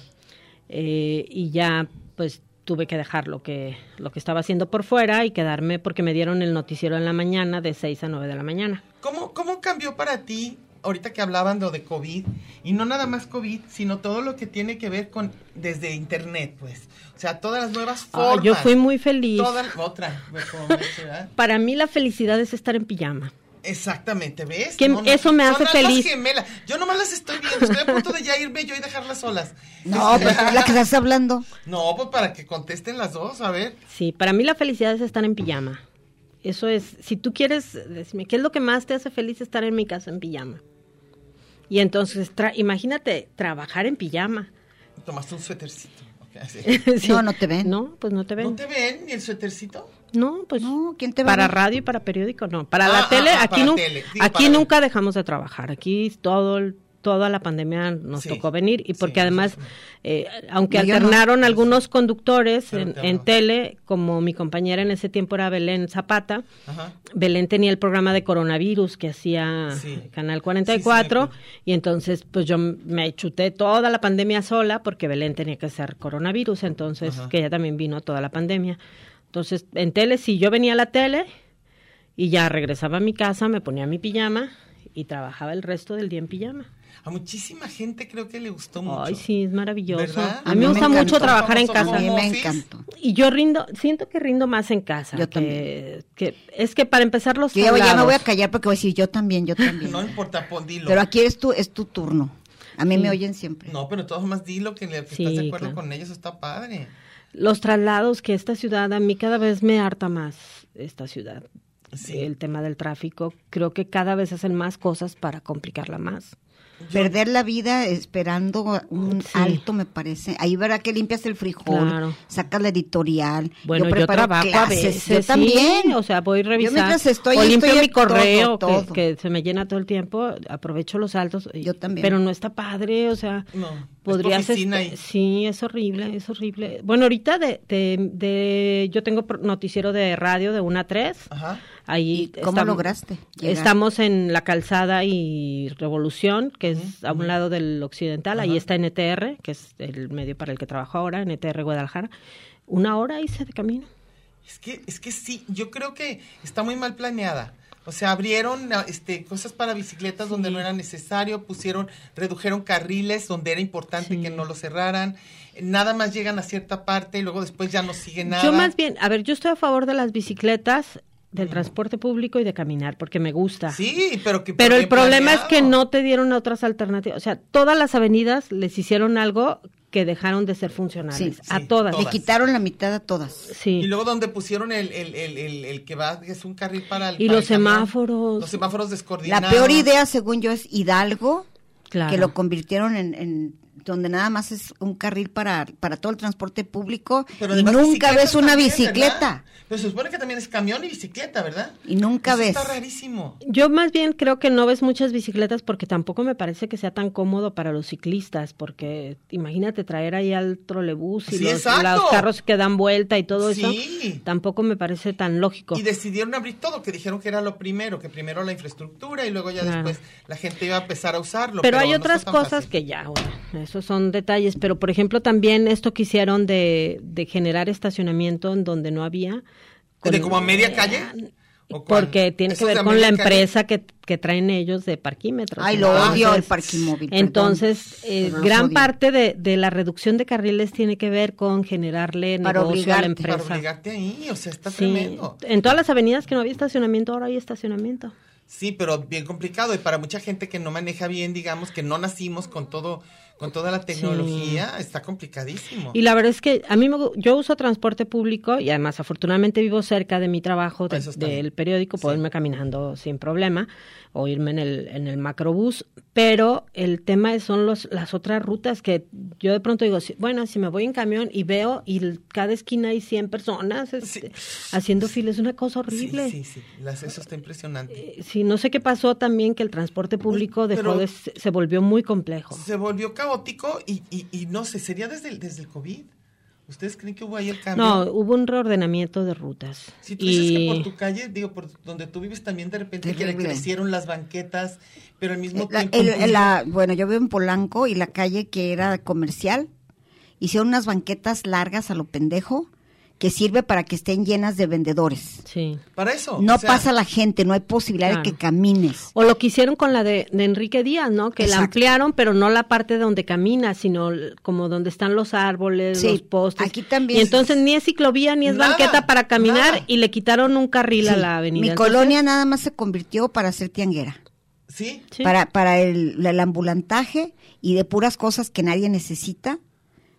eh, y ya pues tuve que dejar lo que, lo que estaba haciendo por fuera y quedarme porque me dieron el noticiero en la mañana de 6 a 9 de la mañana. ¿Cómo, ¿Cómo cambió para ti, ahorita que hablaban lo de COVID, y no nada más COVID, sino todo lo que tiene que ver con desde Internet, pues? O sea, todas las nuevas Ah, formas. yo fui muy feliz. Todas, otra, güey, como me dice, ¿verdad? Para mí la felicidad es estar en pijama. Exactamente, ¿ves? Que eso me hace son Almas feliz. gemelas. Yo nomás las estoy viendo, estoy a punto de ya irme yo y dejarlas solas. Este, No, pues es la que estás hablando. No, pues para que contesten las dos, a ver. Sí, para mí la felicidad es estar en pijama. Eso es, si tú quieres, decirme, ¿qué es lo que más te hace feliz estar en mi casa en pijama? Y entonces, tra- imagínate trabajar en pijama. [laughs] Tomaste un suétercito. ok, así. Sí. No, no te ven. No, pues no te ¿No ven. te ven ni el suétercito? No, pues No, ¿quién te va a para ver? radio y para periódico, no. Para Ah, la ah, tele, ah, aquí, para nu- tele. Digo, aquí para- nunca dejamos de trabajar. Aquí todo el- toda la pandemia nos Sí. tocó venir y porque Sí, además, eh, aunque No, yo no. alternaron algunos conductores Pero en, te en no. tele, como mi compañera en ese tiempo era Belén Zapata, Ajá. Belén tenía el programa de coronavirus que hacía Sí. Canal Sí, 44 sí, me y entonces pues yo me chuté toda la pandemia sola porque Belén tenía que hacer coronavirus, entonces Ajá. que ella también vino toda la pandemia. Entonces en tele sí, yo venía a la tele y ya regresaba a mi casa, me ponía mi pijama y trabajaba el resto del día en pijama. A muchísima gente creo que le gustó mucho. Ay, sí, es maravilloso. ¿Verdad? A mí me gusta mucho trabajar en Famoso casa. home A mí me office. encantó. Y yo rindo, siento que rindo más en casa. Yo que, que- es que para empezar los Yo ya, ya me tablados- voy a callar porque voy a decir yo también, yo también. [laughs] No importa, pon, dilo. Pero aquí es tu, es tu turno. A mí Sí. me oyen siempre. No, pero de todos más dilo que, le, que Sí, estás de acuerdo claro. con ellos, está padre. los traslados que esta ciudad a mí cada vez me harta más esta ciudad. Sí. El tema del tráfico, creo que cada vez hacen más cosas para complicarla más. Perder la vida esperando un Sí. alto, me parece. Ahí verá que limpias el frijol, Claro. sacas la editorial. Bueno, yo, preparo trabajo a clases, veces, Yo sí, también. o sea, voy Yo revisando. mientras estoy, o limpio estoy mi en correo, todo, que- todo. Que, se me llena todo el tiempo, aprovecho los saltos. y- Yo también. Pero no está padre, o sea, No, es tu podrías... oficina este- y- Sí, es horrible, es horrible. Bueno, ahorita de, de- de- yo tengo pro- noticiero de radio de 1 a 3. Ajá. Ahí ¿Y cómo lograste llegar? Estamos en la calzada y Revolución, que es a un lado del occidental. Ahí está NTR, que es el medio para el que trabajo ahora, NTR Guadalajara. Una hora hice de camino. Es que, es que sí, yo creo que está muy mal planeada. O sea, abrieron a- este, cosas para bicicletas donde no era necesario, pusieron, redujeron carriles donde era importante que no lo cerraran, nada más llegan a cierta parte y luego después ya no sigue nada. Yo más bien, a ver, yo estoy a favor de las bicicletas, del transporte público y de caminar, porque me gusta. Sí, pero que Pero el bien problema es que planeado. no te dieron otras alternativas. O sea, todas las avenidas les hicieron algo que dejaron de ser funcionales. Sí, a sí, todas. Le todas. quitaron la mitad a todas. Sí. Y luego donde pusieron el, el, el, el, el que va, que es un carril para el Y para los el camión. semáforos. Los semáforos La descoordinados. peor idea, según yo, es Hidalgo, Claro. que lo convirtieron en, en donde nada más es un carril para, para todo el transporte público Pero y además nunca ves bicicletas una también, bicicleta. ¿verdad? Pero se supone que también es camión y bicicleta, ¿verdad? Y nunca Eso ves. Está rarísimo. Yo más bien creo que no ves muchas bicicletas porque tampoco me parece que sea tan cómodo para los ciclistas, porque imagínate traer ahí al trolebús y Sí, los, exacto. los carros que dan vuelta y todo Sí. eso, tampoco me parece tan lógico. Y decidieron abrir todo, que dijeron que era lo primero, que primero la infraestructura y luego ya Claro. después la gente iba a empezar a usarlo. pero, hay no otras está tan cosas fácil. que ya, bueno, esos son detalles, pero por ejemplo también esto que hicieron de, de generar estacionamiento en donde no había... ¿De con- eh, como a media calle? ¿O cuál? Porque tiene que Esos ver de con la media calle. empresa que, que traen ellos de parquímetros. Ay, lo Entonces, odio el parquimóvil. perdón. Entonces, eh, Pero los gran odio. parte de, de la reducción de carriles tiene que ver con generarle Para negocio a la obligarte. empresa. Para obligarte ahí, o sea, está Sí. tremendo. En todas las avenidas que no había estacionamiento, ahora hay estacionamiento. Sí, pero bien complicado. Y para mucha gente que no maneja bien, digamos, que no nacimos con todo, con toda la tecnología, está complicadísimo. Y la verdad es que a mí me gu- yo uso transporte público y además afortunadamente vivo cerca de mi trabajo de- Eso está bien. del periódico, puedo Sí. irme caminando sin problema o irme en el, en el macrobús, pero el tema es- son los, las otras rutas que yo de pronto digo, si- bueno, si me voy en camión y veo y l- cada esquina hay 100 personas este, haciendo fila, es una cosa Sí, horrible. sí, sí. Las- eso está impresionante. Eh, Sí, no sé qué pasó también que el transporte público dejó Pues, pero- de, se se volvió muy complejo. Se volvió caótico y, y, y no sé, sería desde el, desde el COVID. ¿Ustedes creen que hubo ahí el cambio? No, hubo un reordenamiento de rutas. Si tú dices y- que por tu calle, digo, por donde tú vives también de repente que Terrible. Eh, crecieron las banquetas, pero al mismo La- tiempo... pues, el- la- bueno, yo vivo en Polanco y la calle que era comercial, hicieron unas banquetas largas a lo pendejo que sirve para que estén llenas de vendedores. Sí. Para eso. No Oh, o sea, pasa la gente, no hay posibilidad Claro. de que camines. O lo que hicieron con la de, de Enrique Díaz, ¿no? Que la Exacto. ampliaron, pero no la parte donde camina, sino l- como donde están los árboles, Sí, los postes. aquí también. Y entonces ni es ciclovía, ni es Nada, banqueta para caminar nada. y le quitaron un carril a Sí, la avenida. Mi Entonces, colonia nada más se convirtió para hacer tianguera, Sí, sí. para, para el, el ambulantaje y de puras cosas que nadie necesita.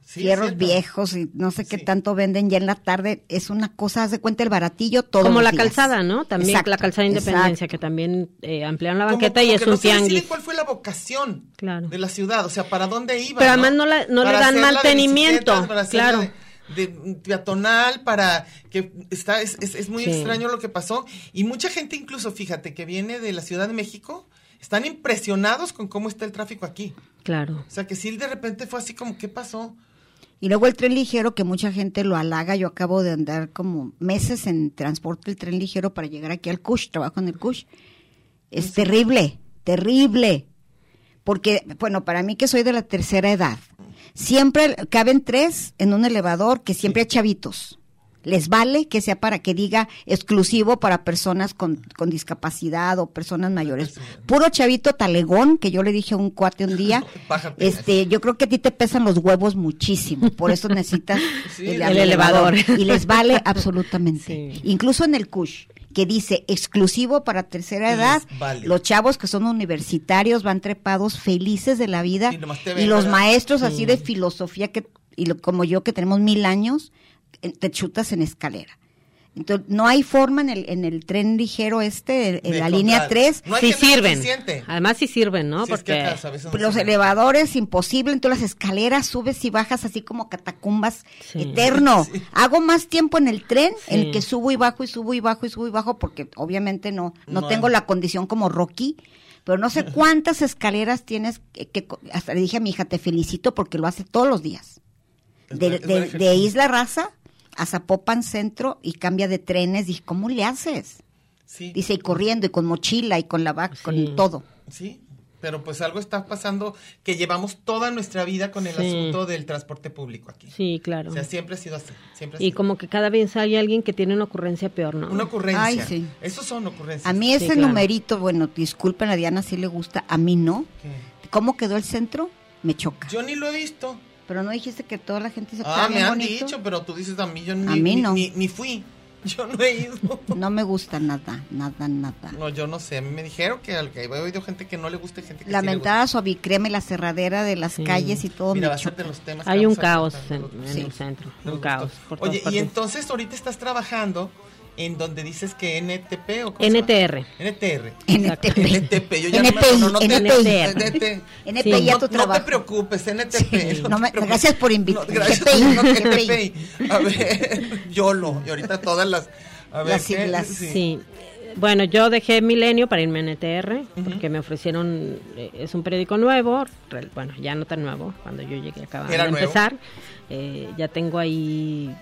sí. fierros cierto. viejos y no sé qué Sí. tanto venden ya en la tarde. Es una cosa, haz de cuenta el baratillo todo. Como la calzada, ¿no? También la calzada de Independencia, que también eh, ampliaron la Como- banqueta y como es que un no se decide tianguis. cuál fue la vocación Claro. de la ciudad, o sea, para dónde iba. Pero además no la- no le Para dan hacerla de mantenimiento, bicicletas, para hacerla claro. De, de peatonal para que está es, es- es muy Sí. extraño lo que pasó y mucha gente incluso fíjate que viene de la Ciudad de México están impresionados con cómo está el tráfico aquí Claro. o sea que sí de repente fue así como qué pasó Y luego el tren ligero, que mucha gente lo halaga. Yo acabo de andar como meses en transporte el tren ligero para llegar aquí al Cush, trabajo en el Cush. Es terrible, terrible. Porque, bueno, para mí que soy de la tercera edad, siempre caben tres en un elevador que siempre hay chavitos. les vale que sea para que diga exclusivo para personas con, con discapacidad o personas mayores. Puro chavito talegón, que yo le dije a un cuate un día, Bájate. este, yo creo que a ti te pesan los huevos muchísimo, por eso necesitas Sí, el, el elevador. elevador. Y les vale absolutamente. Sí. Incluso en el CUSH, que dice exclusivo para tercera Les edad, vale. los chavos que son universitarios van trepados felices de la vida Y nomás te y ven, los ¿verdad? maestros así de filosofía que y lo- como yo que tenemos mil años eh, te chutas en escalera. Entonces, no hay forma en el, en el tren ligero este, en De la encontrar. línea 3, No hay sí gente sirven. suficiente. Además sí sirven, ¿no? Si es que Porque acaso, a veces no los sirven. elevadores imposible, entonces las escaleras subes y bajas así como catacumbas [laughs] Sí. eterno. Hago más tiempo en el tren en Sí. el que subo y bajo y subo y bajo y subo y bajo porque obviamente no no, No tengo hay. la condición como Rocky, pero no [laughs] sé cuántas escaleras tienes que, que co- hasta le dije a mi hija te felicito porque lo hace todos los días. Es De, buen- es de- buen de ejercicio. Isla Raza a Zapopan Centro y cambia de trenes, dije, ¿cómo le haces? Sí, Dice, y corriendo y con mochila y con la vaca, Sí. con todo. sí. Pero pues algo está pasando que llevamos toda nuestra vida con el Sí. asunto del transporte público aquí. Sí, claro. O sea, siempre ha sido así. Siempre ha y sido. como que cada vez hay alguien que tiene una ocurrencia peor, ¿no? Una ocurrencia. Ay, sí. Esos son ocurrencias. A mí Sí, ese claro. numerito, bueno, disculpen a Diana si le gusta, a mí no. ¿Qué? ¿Cómo quedó el centro? Me choca. Yo ni lo he visto. Pero no dijiste que toda la gente se Ah, me han dicho, pero tú dices a mí, yo ni, A mí ni- no. ni, ni fui. [laughs] Yo no he ido. No me gusta nada, nada, nada. No, yo no sé. A mí me dijeron que, al- que he oído gente que no le gusta y gente que Lamentada suavicreme, la cerradera de las Sí. calles y todo sí le gusta. Mira, me va a ser choca. de los temas. que Hay un vamos a caos tratar, en, los- en Sí. el centro, los un caos. gustos. por Oye, todas y partes. entonces ahorita estás trabajando en donde dices que NTP o cómo se llama? NTR. NTR. NTP. [laughs] NTP, yo ya no me NPI, acuerdo, no te- NPI. NT. NPI Sí. a No, tu no trabajo. te preocupes, NTP. Sí, no no te me- preocupes. gracias por invitar. No, gracias, NTPI, no, NTPI. NTPI. A ver, [laughs] YOLO. Y ahorita todas las. A ver, Las ¿qué? siglas. Sí. Sí. Bueno, yo dejé Milenio para irme a NTR porque me ofrecieron, eh, es un periódico nuevo, re- bueno, ya no tan nuevo, cuando yo llegué acababa de Era nuevo. empezar. Eh, ya tengo ahí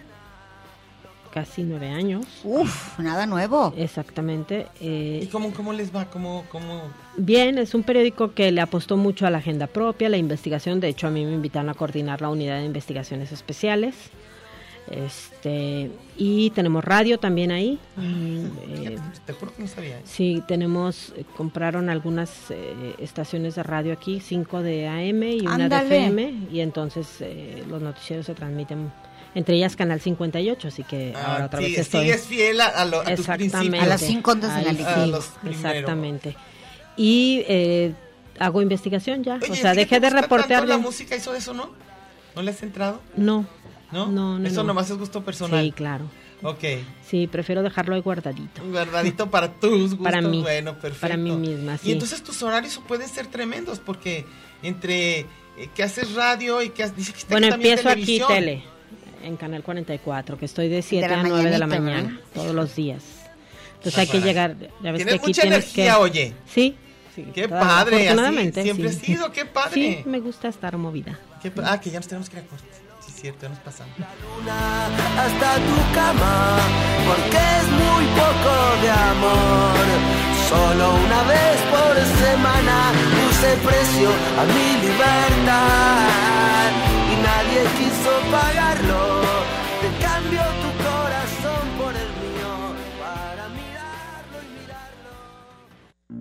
casi nueve años, Uf, nada nuevo. exactamente. ¿Y Eh, cómo, cómo les va? ¿Cómo, cómo? Bien, es un periódico que le apostó mucho a la agenda propia, la investigación. De hecho, a mí me invitaron a coordinar la unidad de investigaciones especiales. Este, y tenemos radio también ahí. Mm, eh, Fíjate, te juro que no sabía. ¿eh? sí, tenemos, eh, compraron algunas eh, estaciones de radio aquí, cinco de AM y una Ándale. de FM. Y entonces eh, los noticieros se transmiten, entre ellas Canal 58, así que ahora Ah, otra sí, vez estoy... Sigues fiel a, a lo- a tus principios. Exactamente. A las cinco ondas de la Ahí ligera. sí, A los primero. Exactamente. Y eh, hago investigación ya. Oye, o ¿y sea, a ti dejé te de gusta tanto reportear. la música hizo eso, no? ¿No le has entrado? No. ¿No? No, no, Eso no. nomás es gusto personal. Sí, claro. Ok. Sí, prefiero dejarlo ahí guardadito. Guardadito para tus gustos. Para mí. Bueno, perfecto. Para mí misma, sí. Y entonces tus horarios pueden ser tremendos porque entre eh, que haces radio y que has- dice que está Bueno, aquí también empiezo aquí televisión. tele, en Canal 44, que estoy de 7 la a 9 de la mañanita, ¿verdad? mañana, todos los días. Entonces hay que Órale. llegar, ya ves Tienes que aquí mucha tienes energía, que... oye. Sí. sí, Qué toda- padre, así Ah, afortunadamente, siempre sí. has sido, qué padre. Sí, me gusta estar movida. ¿Qué pa- ah, que ya nos tenemos que ir a corte. Sí, cierto, ya nos pasamos. luna hasta tu cama, porque es muy poco de amor. Solo una vez por semana puse precio a mi libertad y nadie quiso pagarlo. Te cambio tu corazón por el mío para mirarlo y mirarlo.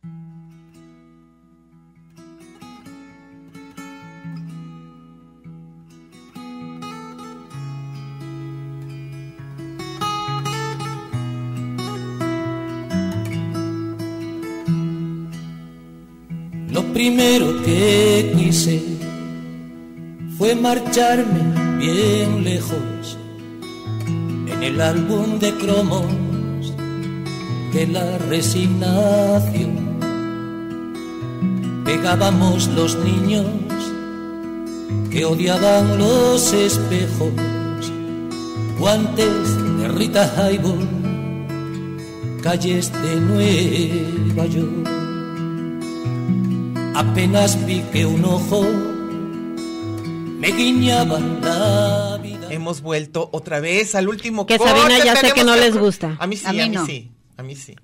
Lugar primero que quise fue marcharme bien lejos en el álbum de cromos de la resignación. Pegábamos los niños que odiaban los espejos, guantes de Rita Hayworth, calles de Nueva York. Apenas vi que un ojo me guiñaba la vida. Hemos vuelto otra vez al último Que corte, Sabina ya sé tenemos que no les gusta. A mí sí, A a mí mí, no. sí, a mí sí.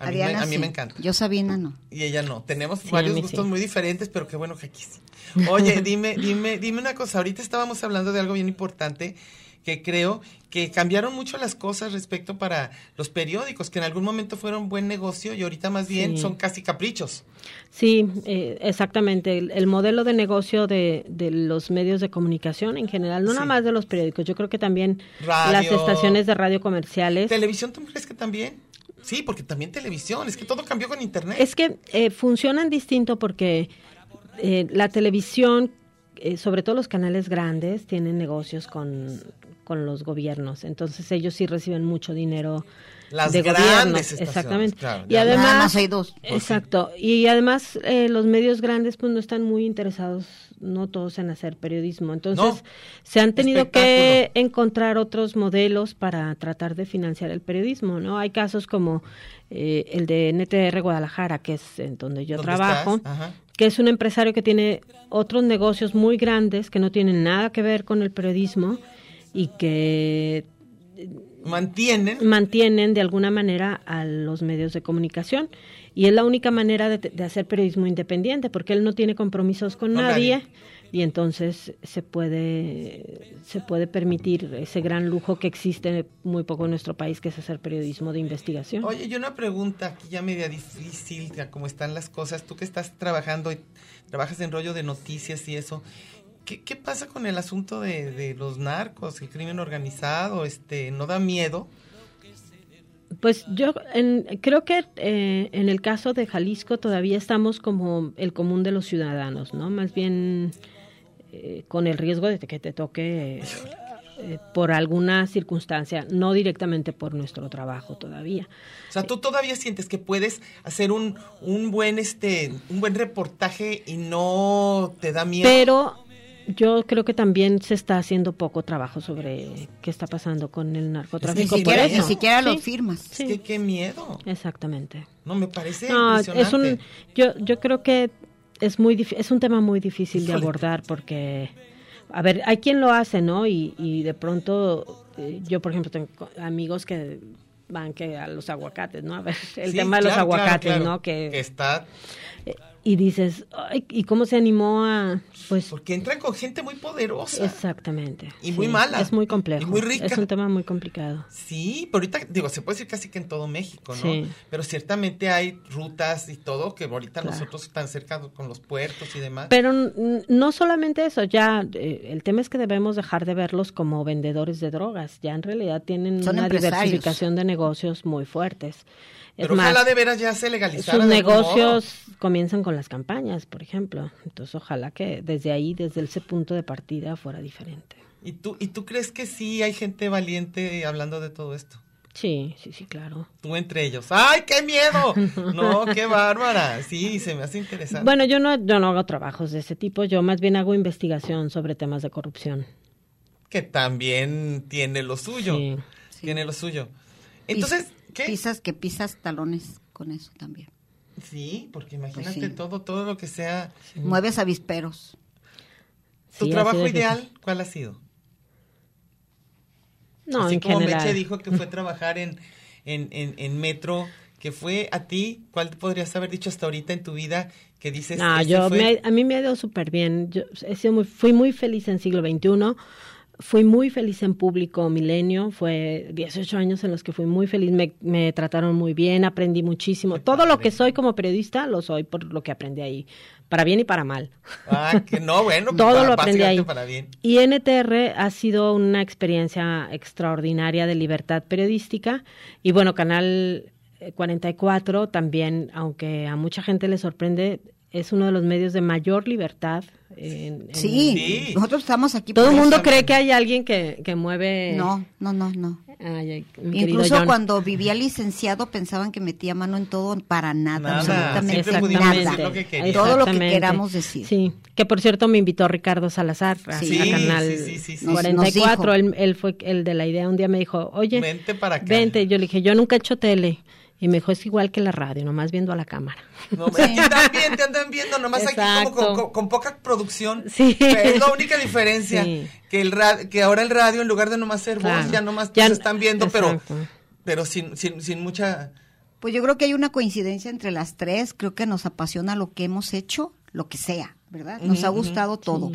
A mí, me, Ariana a mí sí. me encanta. Yo Sabina no. Y ella no. Tenemos Sí, a varios mí gustos sí. muy diferentes, pero qué bueno que aquí sí. [laughs] Oye, dime, dime, dime una cosa. Ahorita estábamos hablando de algo bien importante que creo que cambiaron mucho las cosas respecto para los periódicos, que en algún momento fueron buen negocio y ahorita más bien Sí. son casi caprichos. Sí, eh, exactamente. El, el modelo de negocio de, de los medios de comunicación en general, no nada Sí. más de los periódicos, yo creo que también Radio. las estaciones de radio comerciales. ¿Televisión tú crees que también? Sí, porque también televisión. Es que todo cambió con internet. Es que eh, funcionan distinto porque eh, la televisión, eh, sobre todo los canales grandes, tienen negocios con, con los gobiernos. Entonces ellos sí reciben mucho dinero Las de grandes gobierno. estaciones, Exactamente. claro, y ya. además, Nada más hay dos. sí. Exacto. Y además eh, los medios grandes pues no están muy interesados, no todos en hacer periodismo. Entonces No. se han tenido que encontrar otros modelos para tratar de financiar el periodismo, ¿no? Hay casos como eh, el de NTR Guadalajara, que es en donde yo ¿Dónde trabajo, estás? Ajá. que es un empresario que tiene otros negocios muy grandes que no tienen nada que ver con el periodismo y que Mantienen. mantienen de alguna manera a los medios de comunicación y es la única manera de, de hacer periodismo independiente porque él no tiene compromisos con, Con nadie, nadie. y entonces se puede se puede permitir ese gran lujo que existe muy poco en nuestro país que es hacer periodismo de investigación. Oye, y una pregunta aquí ya media difícil, ya como están las cosas. Tú que estás trabajando y trabajas en rollo de noticias y eso. ¿Qué, qué pasa con el asunto de, de los narcos, el crimen organizado? Este, ¿No da miedo? Pues yo en- creo que eh, en el caso de Jalisco todavía estamos como el común de los ciudadanos, ¿no? Más bien eh, con el riesgo de que te toque eh, eh, por alguna circunstancia, no directamente por nuestro trabajo todavía. O sea, ¿tú todavía sientes que puedes hacer un, un buen este un buen reportaje y no te da miedo? Pero yo creo que también se está haciendo poco trabajo sobre qué está pasando con el narcotráfico. Ni Tráfico siquiera, por eso. ni siquiera lo Sí, firmas. es que qué miedo. Exactamente. No, me parece No, es impresionante. un, yo, yo creo que es muy dif- es un tema muy difícil de Híjole. abordar porque, a ver, hay quien lo hace, ¿no? Y, y de pronto, eh, yo por ejemplo tengo co- amigos que van que a los aguacates, ¿no? A ver, el Sí, tema de los claro, claro, aguacates, claro. ¿no? Que, está y dices, "Ay, ¿y cómo se animó a...? Pues porque entran con gente muy poderosa. exactamente. y muy mala, Es muy y complejo. muy rica. Es un tema muy complicado. Sí, pero ahorita, digo, se puede decir casi que en todo México, ¿no? Sí. Pero ciertamente hay rutas y todo que ahorita Claro. nosotros están cerca con los puertos y demás. Pero n- no solamente eso, ya eh, el tema es que debemos dejar de verlos como vendedores de drogas. Ya en realidad tienen Son una empresarios. diversificación de negocios muy fuertes. Es Pero más, ojalá de veras ya se legalizara. sus de algún modo. negocios comienzan con las campañas, por ejemplo. Entonces, ojalá que desde ahí, desde ese punto de partida, fuera diferente. ¿Y tú, ¿Y tú crees que sí hay gente valiente hablando de todo esto? Sí, sí, sí, claro. Tú entre ellos. ¡Ay, qué [laughs] miedo! No, qué bárbara. Sí, se me hace interesante. Bueno, yo no, yo no hago trabajos de ese tipo, yo más bien hago investigación sobre temas de corrupción. Que también tiene lo suyo. Sí. Sí. Tiene lo suyo. Entonces, Pis- ¿qué? Pisas que pisas talones con eso también. Sí, porque imagínate sí. Pues todo, todo lo que sea. Mueves avisperos. ¿Tu Sí, así trabajo de- ideal cuál ha sido? No, Así en como general. Meche dijo que fue trabajar en, en, en, en metro, que fue a ti, ¿cuál podrías haber dicho hasta ahorita en tu vida que dices? No, "Este yo fue me ha- a mí me ha ido súper bien. Yo he sido muy- fui muy feliz en siglo XXI. Fui muy feliz en público milenio, fue 18 años en los que fui muy feliz, me, me trataron muy bien, aprendí muchísimo. Qué Todo lo padre. que soy como periodista lo soy por lo que aprendí ahí, para bien y para mal. Ah, que no, [laughs] bueno, [laughs] Todo para- lo aprendí básicamente ahí. para bien. Y NTR ha sido una experiencia extraordinaria de libertad periodística. Y bueno, Canal eh, 44 también, aunque a mucha gente le sorprende, es uno de los medios de mayor libertad. en- en- Sí, Sí. nosotros estamos aquí. Eh, Todo por el mundo eso. cree que hay alguien que, que mueve. No, no, no, no. Ay, ay, mi querido Incluso John. cuando vivía licenciado pensaban que metía mano en todo para nada, Nada, absolutamente siempre pudimos nada. decir lo que queríamos. todo lo que Exactamente. queramos decir. Sí, que por cierto me invitó Ricardo Salazar a, Sí. a Sí, Canal sí, sí, sí, sí. Nos- nos 44. dijo. Él, él fue el de la idea. Un día me dijo, oye, Vente para acá. vente. Yo le dije, yo nunca he hecho tele. Y me dijo, es igual que la radio, nomás viendo a la cámara. No, aquí [laughs] también te andan viendo, nomás aquí como con- Exacto. con, con poca producción. Sí. Pero es la única diferencia. Sí. Que, el ra- que ahora el radio, en lugar de nomás ser Claro. voz, ya nomás Ya nos n- están viendo, Exacto. pero pero sin, sin, sin mucha... Pues yo creo que hay una coincidencia entre las tres. Creo que nos apasiona lo que hemos hecho, lo que sea, ¿verdad? Nos ha gustado todo.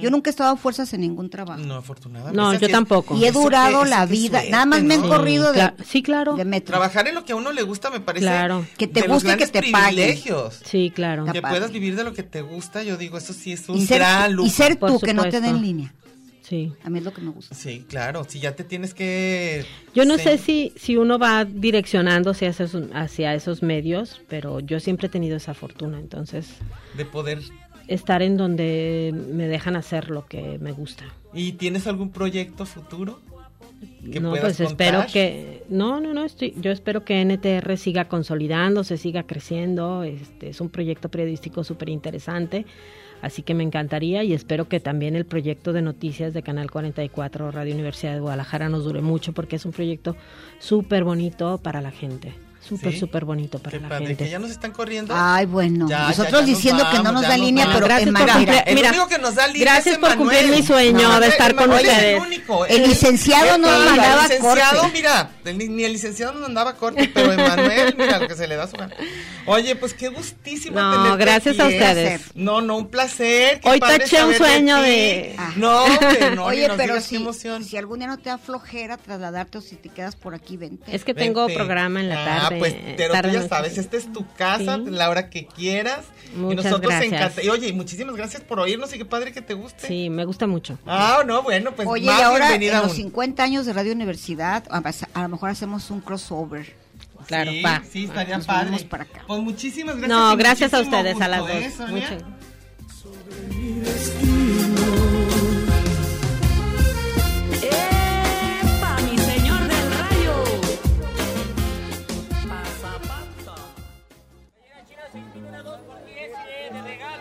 Yo nunca he estado a fuerzas en ningún trabajo. No, afortunadamente. No, Esa yo sí es- tampoco. Pues Y he eso durado que- la eso que es vida. suerte, Nada más me han ¿no? corrido de, cla- sí, claro. de metro. Trabajar en lo que a uno le gusta me parece... Claro. Que te de los guste y que grandes te paguen. privilegios. Sí, claro. Está Que padre. puedas vivir de lo que te gusta, yo digo, eso sí es un y ser, gran lujo. y ser tú, Por que no te supuesto. den línea. Sí. A mí es lo que me gusta. Sí, claro, si ya te tienes que... Yo no se- sé si, si uno va direccionándose hacia esos, hacia esos medios, pero yo siempre he tenido esa fortuna. Entonces, De poder... estar en donde me dejan hacer lo que me gusta. ¿Y tienes algún proyecto futuro? que no, puedas pues espero contar? que no, no, no, estoy, yo espero que NTR siga consolidándose, siga creciendo. Este es un proyecto periodístico súper interesante, así que me encantaría y espero que también el proyecto de noticias de Canal 44 Radio Universidad de Guadalajara nos dure mucho porque es un proyecto súper bonito para la gente, súper Sí. súper bonito para Qué la padre, gente. que ya nos están corriendo. Ay, bueno. Ya, ya, Nosotros ya nos diciendo que no vamos, nos ya da nos línea, vamos. pero Gracias en por manera. cumple- el mira, único que nos da línea gracias es por Emanuel. cumplir mi sueño No, de estar con Emanuel es el ustedes. único. El licenciado no Epa, nos mandaba El licenciado, corte. mira, el ni- ni el licenciado nos mandaba corte, pero Emanuel, mira lo que se le da a su gana. Oye, pues qué gustísimo No, tenerte gracias aquí, a ¿eh? ustedes. No, no, un placer. qué Hoy padre taché un saber sueño ti. de- Ah. No, que no, Oye, pero pero si, qué emoción. si algún día no te da flojera trasladarte o si te quedas por aquí, vente. Es que tengo Vente. programa en la Ah, tarde. pues, pero tarde tú ya noche. sabes, este esta es tu casa, Sí. la hora que quieras. y Muchas nosotros gracias. encanta- Y oye, muchísimas gracias por oírnos y qué padre que te guste. Sí, me gusta mucho. Ah, no, bueno, pues Oye, y más ahora en bienvenida los aún. 50 años de Radio Universidad, a, pas- a lo mejor hacemos un crossover. Claro, sí, va. Sí, estaría Nos padre. venimos para acá. Pues muchísimas gracias. No, y gracias a muchísimo ustedes, a las gusto, ¿eh, dos. Sonia? Muchas- ¡Epa, mi señor del rayo! Pasapata.